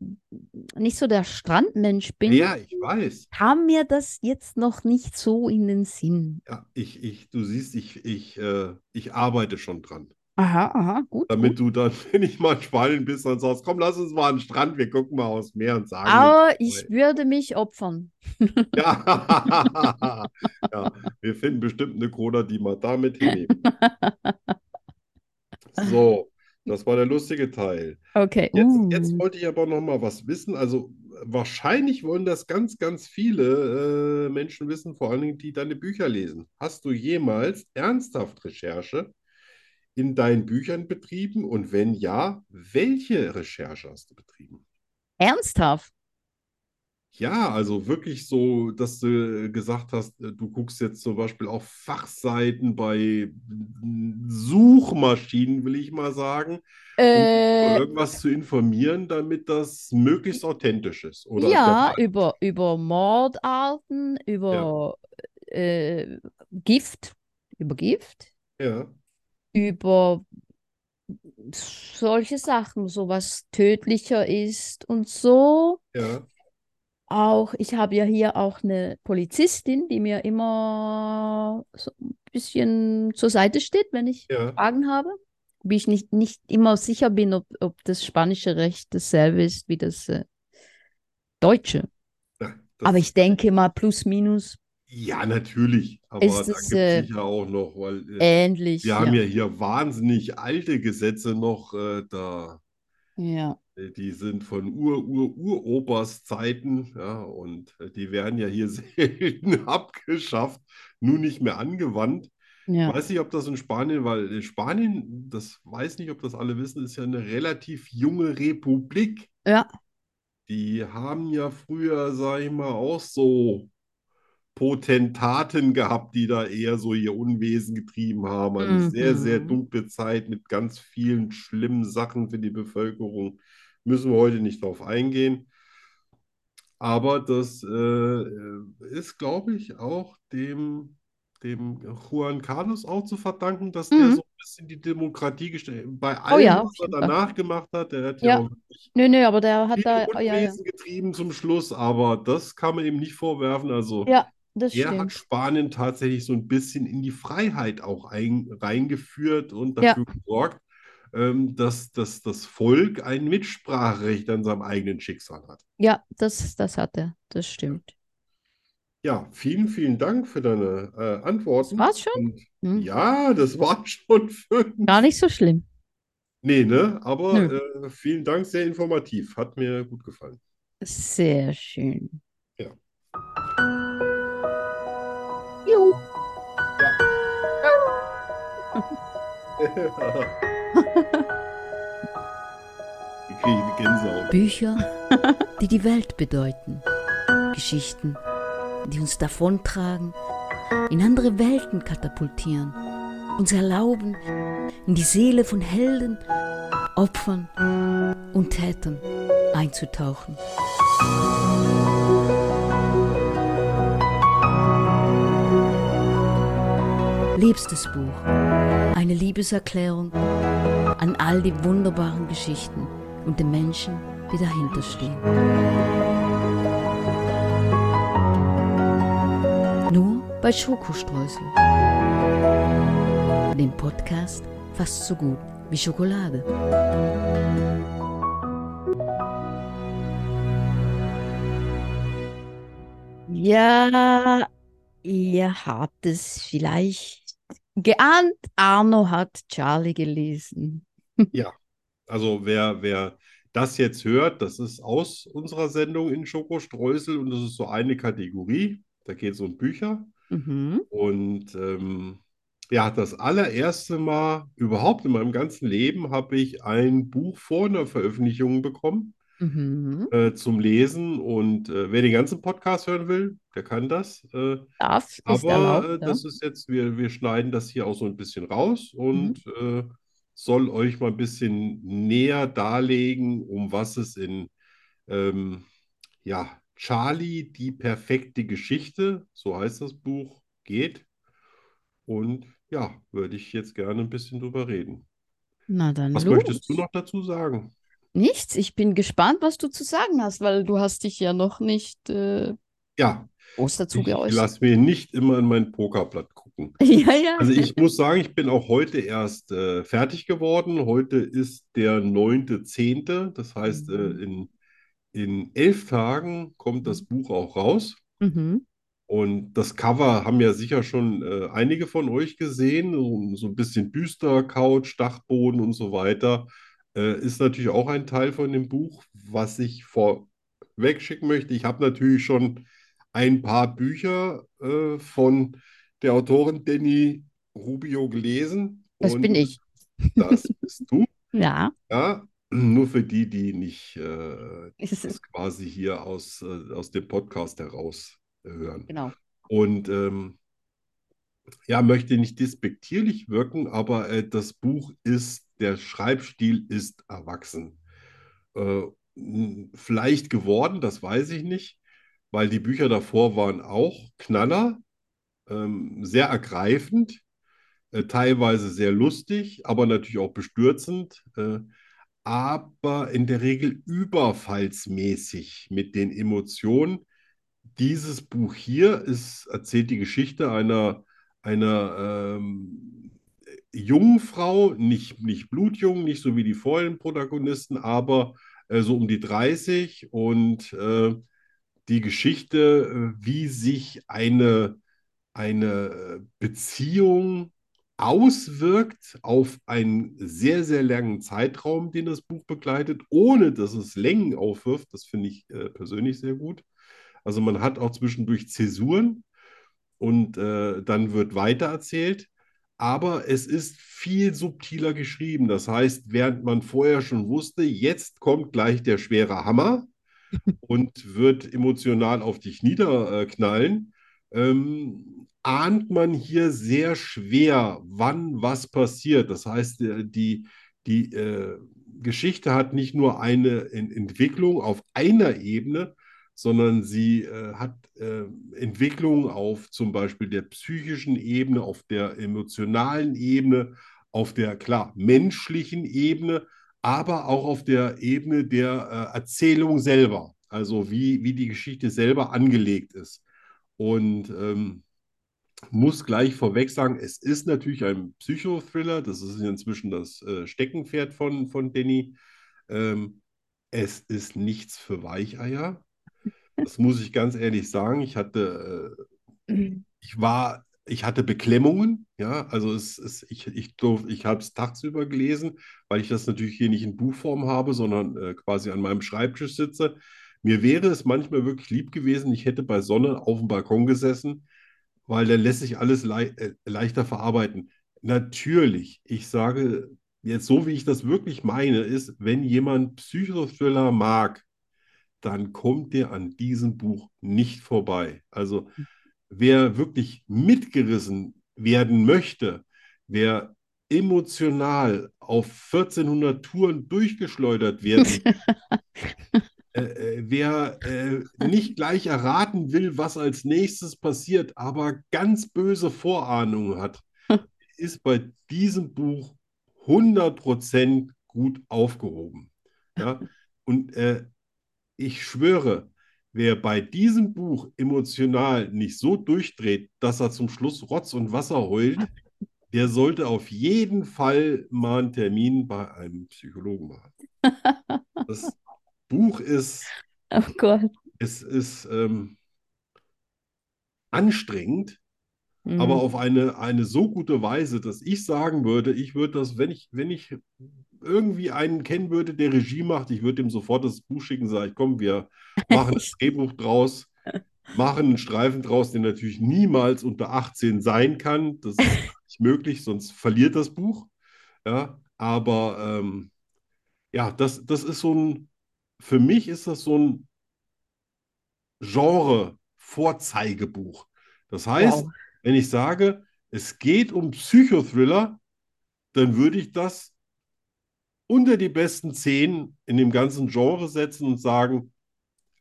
nicht so der Strandmensch bin,
Ja, ich weiß.
kam mir das jetzt noch nicht so in den Sinn.
Ja, ich, ich, du siehst, ich, ich, äh, ich arbeite schon dran.
Aha, aha, gut, gut.
Damit du dann, *laughs* wenn ich mal in Spanien bist, dann sagst, komm, lass uns mal an den Strand, wir gucken mal aufs Meer und sagen
Aber
nichts
ich würde mich opfern.
dabei. *laughs* Ja. Ja, wir finden bestimmt eine Cola, die wir damit hinnehmen. So, das war der lustige Teil.
Okay.
Jetzt,
uh.
jetzt wollte ich aber noch mal was wissen. Also wahrscheinlich wollen das ganz, ganz viele äh, Menschen wissen, vor allen Dingen, die deine Bücher lesen. Hast du jemals ernsthaft Recherche in deinen Büchern betrieben? Und wenn ja, welche Recherche hast du betrieben?
Ernsthaft?
Ja, also wirklich so, dass du gesagt hast, äh, du guckst jetzt zum Beispiel auf Fachseiten bei mm, Suchmaschinen, will ich mal sagen.
Äh,
irgendwas zu informieren, damit das möglichst authentisch ist, oder?
ja, über, über Mordarten, über äh, Gift, über Gift,
Ja,
über solche Sachen, so was tödlicher ist und so.
ja,
Auch, ich habe ja hier auch eine Polizistin, die mir immer so ein bisschen zur Seite steht, wenn ich
ja.
Fragen habe, wie ich nicht, nicht immer sicher bin, ob, ob das spanische Recht dasselbe ist wie das äh, deutsche.
Na, das-
Aber ich denke mal, plus minus
Ja, natürlich. Aber
Ist
da
es,
gibt
äh,
es sicher auch noch, weil äh,
ähnlich.
wir haben ja hier wahnsinnig alte Gesetze noch äh, da.
Ja.
Äh, Die sind von Ur-Ur-Uropas Zeiten, ja, und äh, die werden ja hier *laughs* selten abgeschafft, nur nicht mehr angewandt.
Ja.
Weiß nicht, ob das in Spanien, weil äh, Spanien, das weiß nicht, ob das alle wissen, ist ja eine relativ junge Republik.
Ja.
Die haben ja früher, sag ich mal, auch so Potentaten gehabt, die da eher so ihr Unwesen getrieben haben. Eine sehr, sehr
Mhm.
dunkle Zeit mit ganz vielen schlimmen Sachen für die Bevölkerung. Müssen wir heute nicht drauf eingehen. Aber das äh, ist, glaube ich, auch dem, dem Juan Carlos auch zu verdanken, dass der
Mhm.
so ein bisschen die Demokratie gestellt Bei
Oh ja, auf
allem, was er
jeden Fall.
danach gemacht hat, der hat
Ja.
ja auch wirklich
Nö, nö, aber der hat
viel
da, oh, ja, ja.
Unwesen getrieben zum Schluss, aber das kann man ihm nicht vorwerfen. Also
Ja, das
er hat
stimmt.
Spanien tatsächlich so ein bisschen in die Freiheit auch ein, reingeführt und
Ja.
dafür gesorgt, ähm, dass, dass das Volk ein Mitspracherecht an seinem eigenen Schicksal hat.
Ja, das, das hat er. Das stimmt.
Ja, vielen, vielen Dank für deine äh, Antworten.
Das war's schon?
Und
Hm.
ja, das *laughs* waren schon fünf.
Gar nicht so schlimm.
Nee, ne? Aber
Nö.
äh, vielen Dank, sehr informativ. Hat mir gut gefallen. *laughs*
Sehr schön.
Ja.
Juhu.
Ich kriege die Gänsehaut.
Bücher, die die Welt bedeuten. Geschichten, die uns davontragen, in andere Welten katapultieren, uns erlauben, in die Seele von Helden, Opfern und Tätern einzutauchen. Liebstes Buch. Eine Liebeserklärung an all die wunderbaren Geschichten und den Menschen, die dahinter stehen. Nur bei Schokostreusel. Dem Podcast fast so gut wie Schokolade.
Ja, ihr habt es vielleicht geahnt. Arno hat Charlie gelesen.
Also wer, wer das jetzt hört, das ist aus unserer Sendung in Schokostreusel und das ist so eine Kategorie. Da geht es um Bücher.
Mhm.
Und ähm, ja, das allererste Mal überhaupt in meinem ganzen Leben habe ich ein Buch vor einer Veröffentlichung bekommen
Mhm.
äh, zum Lesen. Und äh, wer den ganzen Podcast hören will, der kann das. Äh,
Darf, ist
aber äh,
erlaubt, ja.
das ist jetzt, wir, wir schneiden das hier auch so ein bisschen raus und
Mhm.
äh, soll euch mal ein bisschen näher darlegen, um was es in ähm, ja, Charlie, die perfekte Geschichte, so heißt das Buch, geht. Und ja, würde ich jetzt gerne ein bisschen drüber reden.
Na dann
Was
los.
möchtest du noch dazu sagen?
Nichts. Ich bin gespannt, was du zu sagen hast, weil du hast dich ja noch nicht äh,
Ja,
groß dazu
ich, ich
geäußert.
lasse mir nicht immer in mein Pokerblatt gucken.
*laughs* Ja, ja.
Also ich muss sagen, ich bin auch heute erst äh, fertig geworden. Heute ist der 9.10. Das heißt, äh, in, in elf Tagen kommt das Buch auch raus.
Mhm.
Und das Cover haben ja sicher schon äh, einige von euch gesehen. So, so ein bisschen düster, Couch, Dachboden und so weiter. Äh, ist natürlich auch ein Teil von dem Buch, was ich vorweg schicken möchte. Ich habe natürlich schon ein paar Bücher äh, von der Autorin Danny Rubio gelesen.
Das bin
Und
ich.
Das bist du.
Ja.
Ja, nur für die, die nicht äh,
Es
das
ist-
quasi hier aus, äh, aus dem Podcast heraus äh, hören.
Genau.
Und ähm, ja, möchte nicht despektierlich wirken, aber äh, das Buch ist, der Schreibstil ist erwachsen. Äh, n- vielleicht geworden, das weiß ich nicht, weil die Bücher davor waren auch Knaller, ähm, sehr ergreifend, äh, teilweise sehr lustig, aber natürlich auch bestürzend. Äh, aber in der Regel überfallsmäßig mit den Emotionen. Dieses Buch hier ist, erzählt die Geschichte einer, einer ähm, jungen Frau, nicht, nicht blutjung, nicht so wie die vorigen Protagonisten, aber äh, so um die 30 und äh, die Geschichte, äh, wie sich eine, eine äh, Beziehung auswirkt auf einen sehr, sehr langen Zeitraum, den das Buch begleitet, ohne dass es Längen aufwirft. Das finde ich äh, persönlich sehr gut. Also man hat auch zwischendurch Zäsuren und äh, dann wird weitererzählt. Aber es ist viel subtiler geschrieben. Das heißt, während man vorher schon wusste, jetzt kommt gleich der schwere Hammer und wird emotional auf dich äh, niederknallen, ähm, ahnt man hier sehr schwer, wann was passiert. Das heißt, äh, die, die äh, Geschichte hat nicht nur eine En- Entwicklung auf einer Ebene, sondern sie äh, hat äh, Entwicklung auf zum Beispiel der psychischen Ebene, auf der emotionalen Ebene, auf der, klar, menschlichen Ebene, aber auch auf der Ebene der äh, Erzählung selber, also wie, wie die Geschichte selber angelegt ist. Und ähm, muss gleich vorweg sagen, es ist natürlich ein Psychothriller, das ist inzwischen das äh, Steckenpferd von, von Danny. Ähm, es ist nichts für Weicheier. Das muss ich ganz ehrlich sagen. Ich hatte, äh, ich war, ich hatte Beklemmungen, ja, also es, es, ich, ich, durf- ich habe es tagsüber gelesen, weil ich das natürlich hier nicht in Buchform habe, sondern äh, quasi an meinem Schreibtisch sitze. Mir wäre es manchmal wirklich lieb gewesen, ich hätte bei Sonne auf dem Balkon gesessen, weil dann lässt sich alles lei äh, leichter verarbeiten. Natürlich, ich sage jetzt so, wie ich das wirklich meine, ist, wenn jemand Psychothriller mag, dann kommt der an diesem Buch nicht vorbei. Also wer wirklich mitgerissen werden möchte, wer emotional auf 1400 Touren durchgeschleudert werden äh, äh, wer äh, nicht gleich erraten will, was als nächstes passiert, aber ganz böse Vorahnungen hat, ist bei diesem Buch 100% gut aufgehoben. Ja? Und äh, ich schwöre, wer bei diesem Buch emotional nicht so durchdreht, dass er zum Schluss Rotz und Wasser heult, der sollte auf jeden Fall mal einen Termin bei einem Psychologen machen. Das Buch ist
*laughs* Oh Gott.
es ist ähm, anstrengend,
Mhm.
aber auf eine, eine so gute Weise, dass ich sagen würde, ich würde das, wenn ich, wenn ich irgendwie einen kennen würde, der Regie macht, ich würde ihm sofort das Buch schicken, sage ich, komm, wir machen ein Drehbuch draus, machen einen Streifen draus, der natürlich niemals unter 18 sein kann. Das ist nicht möglich, sonst verliert das Buch. Ja, aber ähm, ja, das, das ist so ein, für mich ist das so ein Genre-Vorzeigebuch. Das heißt,
Wow.
wenn ich sage, es geht um Psychothriller, dann würde ich das unter die besten zehn in dem ganzen Genre setzen und sagen,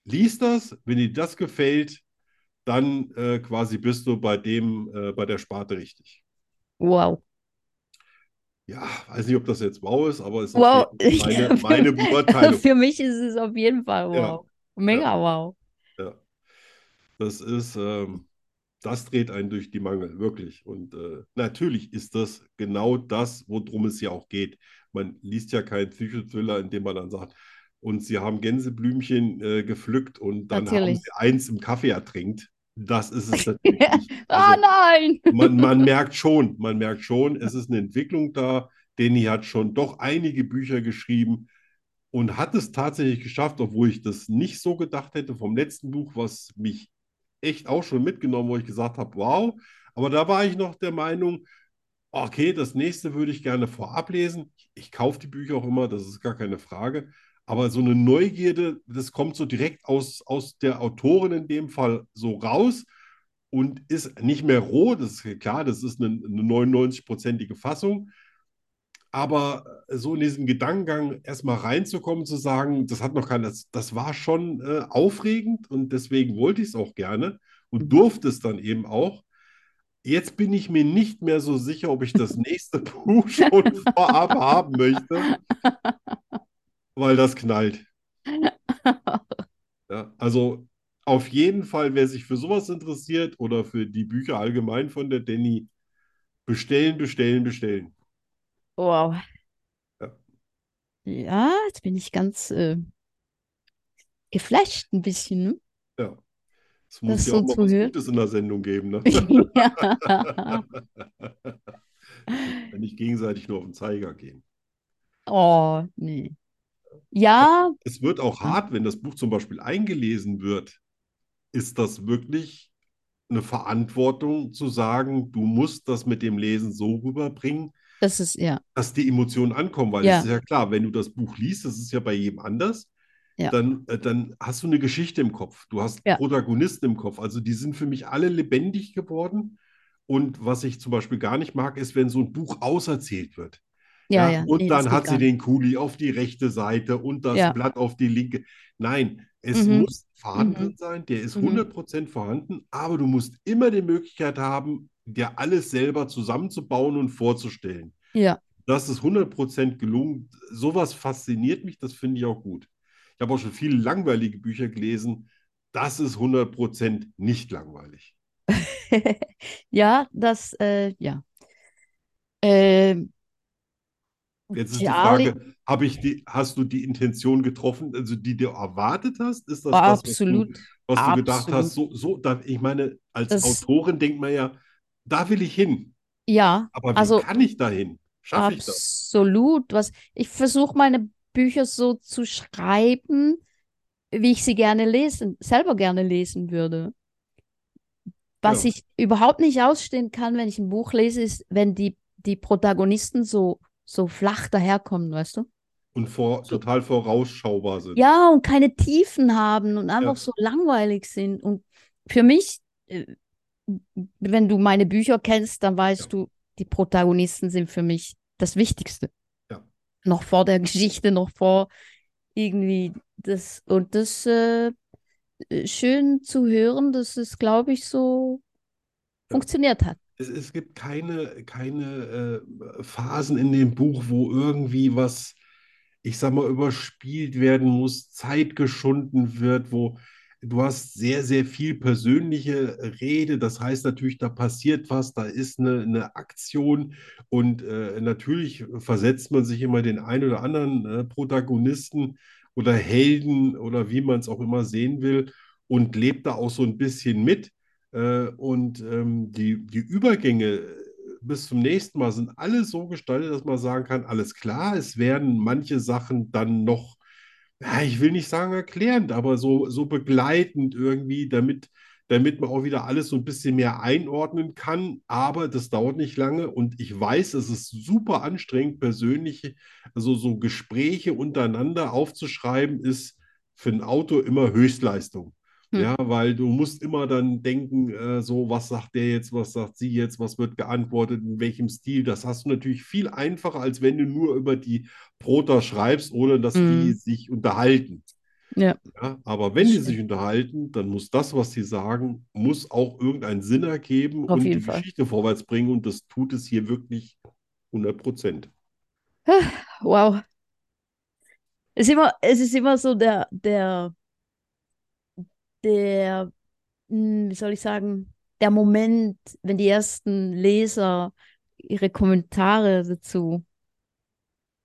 lies das, wenn dir das gefällt, dann äh, quasi bist du bei dem, äh, bei der Sparte richtig.
Wow.
Ja, weiß nicht, ob das jetzt wow ist, aber es ist
Wow.
auf jeden Fall meine, meine Beurteilung.
*laughs* Für mich ist es auf jeden Fall
Ja.
wow. Mega wow.
Ja. Das ist, ähm, das dreht einen durch die Mangel, wirklich. Und äh, natürlich ist das genau das, worum es ja auch geht. Man liest ja keinen Psychothriller, in dem man dann sagt, und sie haben Gänseblümchen äh, gepflückt und dann haben
Natürlich.
sie eins im Kaffee ertrinkt. Das ist
*laughs*
es natürlich nicht.
Ah
Also,
nein! *laughs*
man, man merkt schon, man merkt schon, es ist eine Entwicklung da. Danny hat schon doch einige Bücher geschrieben und hat es tatsächlich geschafft, obwohl ich das nicht so gedacht hätte vom letzten Buch, was mich echt auch schon mitgenommen, wo ich gesagt habe, wow. Aber da war ich noch der Meinung, okay, das nächste würde ich gerne vorab lesen. Ich kaufe die Bücher auch immer, das ist gar keine Frage. Aber so eine Neugierde, das kommt so direkt aus, aus der Autorin in dem Fall so raus und ist nicht mehr roh. Das ist klar, das ist eine, eine 99-prozentige Fassung. Aber so in diesen Gedankengang erstmal reinzukommen, zu sagen, das hat noch keiner, das, das war schon äh, aufregend und deswegen wollte ich es auch gerne und durfte es dann eben auch. Jetzt bin ich mir nicht mehr so sicher, ob ich das nächste Buch schon vorab haben möchte, weil das knallt. Ja, also auf jeden Fall, wer sich für sowas interessiert oder für die Bücher allgemein von der Danny, bestellen, bestellen, bestellen.
Wow.
Ja.
Ja, jetzt bin ich ganz äh, geflasht ein bisschen. *laughs* Ne?
Ja. Es
Das
muss ja
so
auch mal
zu
was
hören.
Gutes in der Sendung geben, ne?
ja.
*laughs* Wenn nicht gegenseitig nur auf den Zeiger gehen.
Oh, nee. Ja,
Es wird auch hart, wenn das Buch zum Beispiel eingelesen wird, ist das wirklich eine Verantwortung zu sagen, du musst das mit dem Lesen so rüberbringen,
das ist, ja.
dass die Emotionen ankommen, weil
Ja.
es ist ja klar, wenn du das Buch liest, das ist ja bei jedem anders,
Ja.
dann, äh, dann hast du eine Geschichte im Kopf, du hast
Ja.
Protagonisten im Kopf, also die sind für mich alle lebendig geworden und was ich zum Beispiel gar nicht mag, ist, wenn so ein Buch auserzählt wird.
Ja, ja.
und
nee, das geht
dann hat
gar
sie
nicht.
den Kuli auf die rechte Seite und das
Ja.
Blatt auf die linke. Nein, es
Mhm.
muss vorhanden sein, der ist
Mhm.
100% vorhanden, aber du musst immer die Möglichkeit haben, dir alles selber zusammenzubauen und vorzustellen.
Ja.
Das ist 100% gelungen. Sowas fasziniert mich, das finde ich auch gut. Ich habe auch schon viele langweilige Bücher gelesen. Das ist 100% nicht langweilig.
*laughs* Ja, das, äh, ja. Ähm,
Jetzt ist die
Charlie-
Frage, habe ich die, hast du die Intention getroffen, also die du erwartet hast? Ist
Oh,
das das, was du-
absolut.
was du gedacht
Absolut.
hast, so, so da, ich meine, als
Das-
Autorin denkt man ja, da will ich hin,
Ja,
aber wie
Also-
kann ich da hin? Schaffe ich das?
absolut. Was, ich versuche meine Bücher so zu schreiben, wie ich sie gerne lesen, selber gerne lesen würde. Was
Ja.
ich überhaupt nicht ausstehen kann, wenn ich ein Buch lese, ist, wenn die, die Protagonisten so, so flach daherkommen, weißt du?
Und vor, total vorausschaubar sind.
Ja, und keine Tiefen haben und einfach
Ja.
so langweilig sind. Und für mich, äh, wenn du meine Bücher kennst, dann weißt
Ja.
du, die Protagonisten sind für mich das Wichtigste.
Ja.
Noch vor der *laughs* Geschichte, noch vor irgendwie das. Und das äh, äh, schön zu hören, dass es, glaube ich, so
Ja.
funktioniert hat.
Es, es gibt keine, keine äh, Phasen in dem Buch, wo irgendwie was, ich sag mal, überspielt werden muss, Zeit geschunden wird, wo du hast sehr, sehr viel persönliche Rede. Das heißt natürlich, da passiert was, da ist eine, eine Aktion und äh, natürlich versetzt man sich immer den einen oder anderen äh, Protagonisten oder Helden oder wie man es auch immer sehen will und lebt da auch so ein bisschen mit. Äh, und ähm, die, die Übergänge äh, bis zum nächsten Mal sind alle so gestaltet, dass man sagen kann, alles klar, es werden manche Sachen dann noch, ja, ich will nicht sagen erklärend, aber so, so begleitend irgendwie, damit, damit man auch wieder alles so ein bisschen mehr einordnen kann. Aber das dauert nicht lange und ich weiß, es ist super anstrengend, persönliche, also so Gespräche untereinander aufzuschreiben, ist für ein Autor immer Höchstleistung.
Hm.
Ja, weil du musst immer dann denken, äh, so, was sagt der jetzt, was sagt sie jetzt, was wird geantwortet, in welchem Stil. Das hast du natürlich viel einfacher, als wenn du nur über die Prota schreibst, ohne dass die
Mhm.
sich unterhalten.
Ja.
Ja, aber wenn die
Stimmt.
sich unterhalten, dann muss das, was sie sagen, muss auch irgendeinen Sinn ergeben
Auf
und
jeden
die
Fall.
Geschichte vorwärts bringen. Und das tut es hier wirklich 100 Prozent.
Wow. Es ist immer, es ist immer so der, der, der, hm, wie soll ich sagen, der Moment, wenn die ersten Leser ihre Kommentare dazu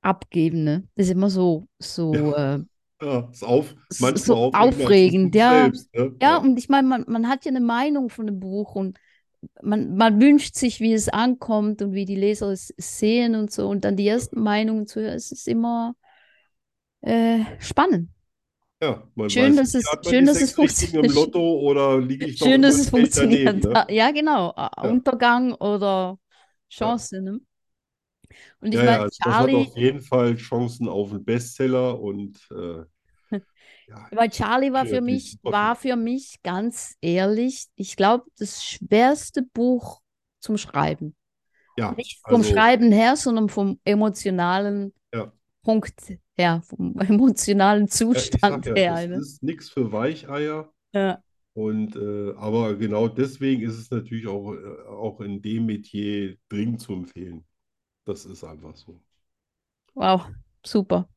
abgeben, ne? Das ist immer so, so, äh,
Ja, ist auf,
S-
manchmal
so
aufregend,
aufregend,
als das Buch
ja.
selbst, ne?
ja, und ich meine, man, man hat ja eine Meinung von dem Buch und man, man wünscht sich, wie es ankommt und wie die Leser es sehen und so. Und dann die ersten Meinungen zu hören, es ist immer äh, spannend.
Ja, man
Schön,
weiß
dass
nicht,
es-
hat man
schön,
die
dass
sechs
es
Richtigen im
funktioniert.
Lotto oder liege ich doch
Schön,
immer
dass es
straight daneben,
funktioniert
ne?
hat. Ja, genau. Ä-
Ja.
Untergang oder Chance. Ne? Und ich
Ja, ja,
meine,
also das hat
Charlie,
auf jeden Fall Chancen auf einen Bestseller und äh,
*laughs*
ja,
weil Charlie war für
kreativ
mich,
super
war für mich ganz ehrlich, ich glaube, das schwerste Buch zum Schreiben.
ja,
Nicht vom
also,
Schreiben her, sondern vom emotionalen
Ja.
Punkt her, vom *laughs* emotionalen
ja, Äh, ich sag
Zustand
ja,
her.
das
ne?
ist nichts für Weicheier.
Ja.
Und äh, aber genau deswegen ist es natürlich auch, äh, auch in dem Metier dringend zu empfehlen. Das ist einfach so.
Wow, super.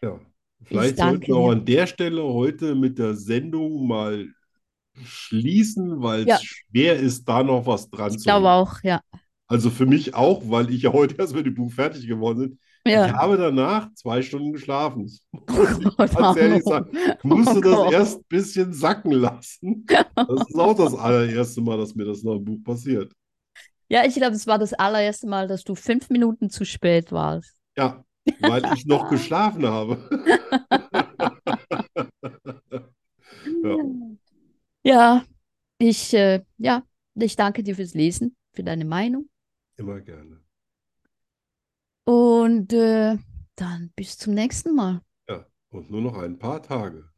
Ja, vielleicht
danke
sollten wir auch
dir.
an der Stelle heute mit der Sendung mal schließen, weil es
Ja.
schwer ist, da noch was dran
Ich
zu
glaube
hängen.
auch, ja.
Also für mich auch, weil ich ja heute erst mit dem Buch fertig geworden bin.
*laughs*
Ich
Ja.
habe danach zwei Stunden geschlafen. Muss ich
Oh Gott,
ganz ehrlich
Arno.
sagen, ich musste
Oh
das
Gott.
erst ein bisschen
*laughs*
sacken lassen. Das ist auch das allererste Mal, dass mir das nach dem Buch passiert.
Ja, ich glaube, es war das allererste Mal, dass du fünf Minuten zu spät warst.
Ja, weil ich
*laughs*
noch geschlafen habe. *laughs* Ja.
Ja, ich, äh, ja, ich danke dir fürs Lesen, für deine Meinung.
Immer gerne.
Und äh, dann bis zum nächsten Mal.
Ja, und nur noch ein paar Tage.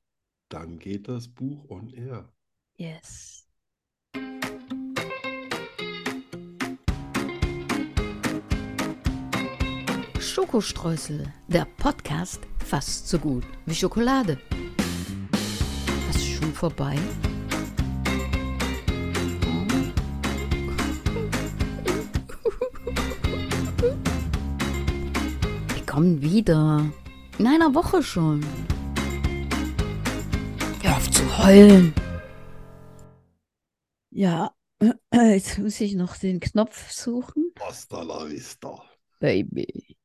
Dann geht das Buch on air.
Yes.
Schokostreusel, der Podcast fast so gut wie Schokolade. Was ist schon vorbei? Wir kommen wieder. In einer Woche schon. Hör auf zu heulen.
Ja, *clears throat* jetzt muss ich noch den Knopf suchen.
Hasta la vista.
Baby.